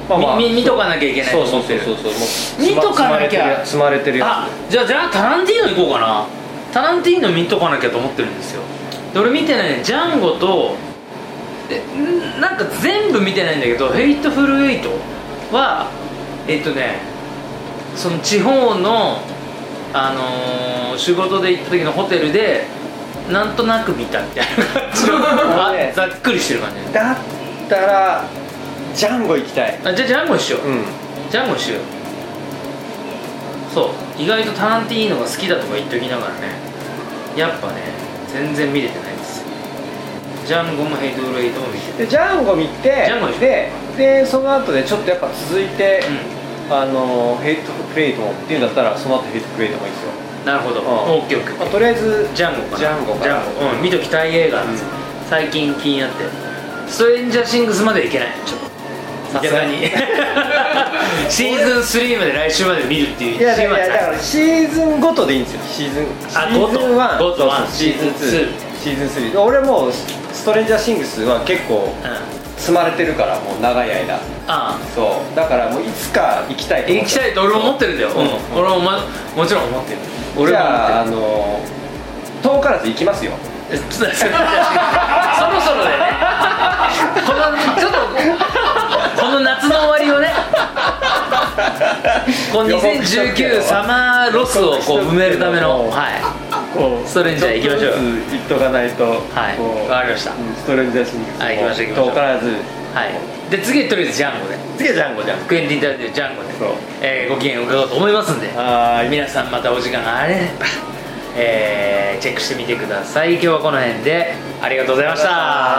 [SPEAKER 2] 本当に
[SPEAKER 1] みみ見とかなきゃいけないと
[SPEAKER 2] そうそ
[SPEAKER 1] 思
[SPEAKER 2] う
[SPEAKER 1] って
[SPEAKER 2] そう
[SPEAKER 1] る
[SPEAKER 2] そうそうもう
[SPEAKER 1] 見とかなきゃ
[SPEAKER 2] 積まれてるや
[SPEAKER 1] あじゃあじゃあタランティーノ行こうかなタランティーノ見とかなきゃと思ってるんですよで俺見てないねジャンゴとえんなんか全部見てないんだけど「ヘイトフルエイトはえっとねその地方のあのー仕事で行った時のホテルでなんとなく見たみたいな感じのあざっくりしてる感
[SPEAKER 2] つ
[SPEAKER 1] じ
[SPEAKER 2] だったらジャンゴ行きたい
[SPEAKER 1] あじゃあジャンゴにしよう
[SPEAKER 2] うん
[SPEAKER 1] ジャンゴしようそう意外とタランティーノが好きだとか言っときながらねやっぱね全然見れてないんですよジャンゴもヘイトウレイトも見て
[SPEAKER 2] でジャンゴ見て
[SPEAKER 1] ジャンゴでしょ
[SPEAKER 2] ででその後でちょっとやっぱ続いて、
[SPEAKER 1] う
[SPEAKER 2] あのヘイトプレイトもっていうんだったらその後ヘイトプレイトもいいですよ、
[SPEAKER 1] んなるほど
[SPEAKER 2] ん
[SPEAKER 1] オッケーオッケ
[SPEAKER 2] まあ、
[SPEAKER 1] ー
[SPEAKER 2] とりあえず
[SPEAKER 1] ジャンゴかな
[SPEAKER 2] ジャンゴかな
[SPEAKER 1] うん見ときたい映画なんですよ最近気になってるストレンジャーシングスまでいけないちょっとさすがに シーズン3まで来週まで見るっていう
[SPEAKER 2] いやいや
[SPEAKER 1] 一
[SPEAKER 2] いや
[SPEAKER 1] 番
[SPEAKER 2] だからシーズンごとでいいんですよシーズン
[SPEAKER 1] あ
[SPEAKER 2] シーズン1
[SPEAKER 1] ごとごとワン
[SPEAKER 2] シーズン2シーズン3俺もうストレンジャーシングスは結構
[SPEAKER 1] うん
[SPEAKER 2] 積まれてるからもう長い間
[SPEAKER 1] ああ
[SPEAKER 2] そうだからもういつか行きたいと思
[SPEAKER 1] 行
[SPEAKER 2] って
[SPEAKER 1] きたいと俺も思ってるんだよ、
[SPEAKER 2] そう
[SPEAKER 1] うん
[SPEAKER 2] うん
[SPEAKER 1] 俺も、ま、もちろん思ってる俺
[SPEAKER 2] じ
[SPEAKER 1] も
[SPEAKER 2] ゃ
[SPEAKER 1] 思
[SPEAKER 2] ああ
[SPEAKER 1] ってる
[SPEAKER 2] の遠からず行きますよ
[SPEAKER 1] えちょっとそろそろだよねこのちょっとこの夏の終わりをね この2019サマーロスをこう埋めるためのはい
[SPEAKER 2] こう
[SPEAKER 1] ストレンジャー行きましょう
[SPEAKER 2] ちっとずつ行っとかないと
[SPEAKER 1] はい
[SPEAKER 2] こう
[SPEAKER 1] わかりました
[SPEAKER 2] うんストレンジャーシングス
[SPEAKER 1] はい行きましょう行きましょう
[SPEAKER 2] 遠からず
[SPEAKER 1] はいで次とりあえずジャンゴで
[SPEAKER 2] 次はジャンゴじゃん
[SPEAKER 1] クエンティン・タランティーノジャンゴで
[SPEAKER 2] そう、
[SPEAKER 1] えーご機嫌を伺おうと思いますんで
[SPEAKER 2] はーい
[SPEAKER 1] 皆さんまたお時間があれば、えーチェックしてみてください今日はこの辺でありがとうございました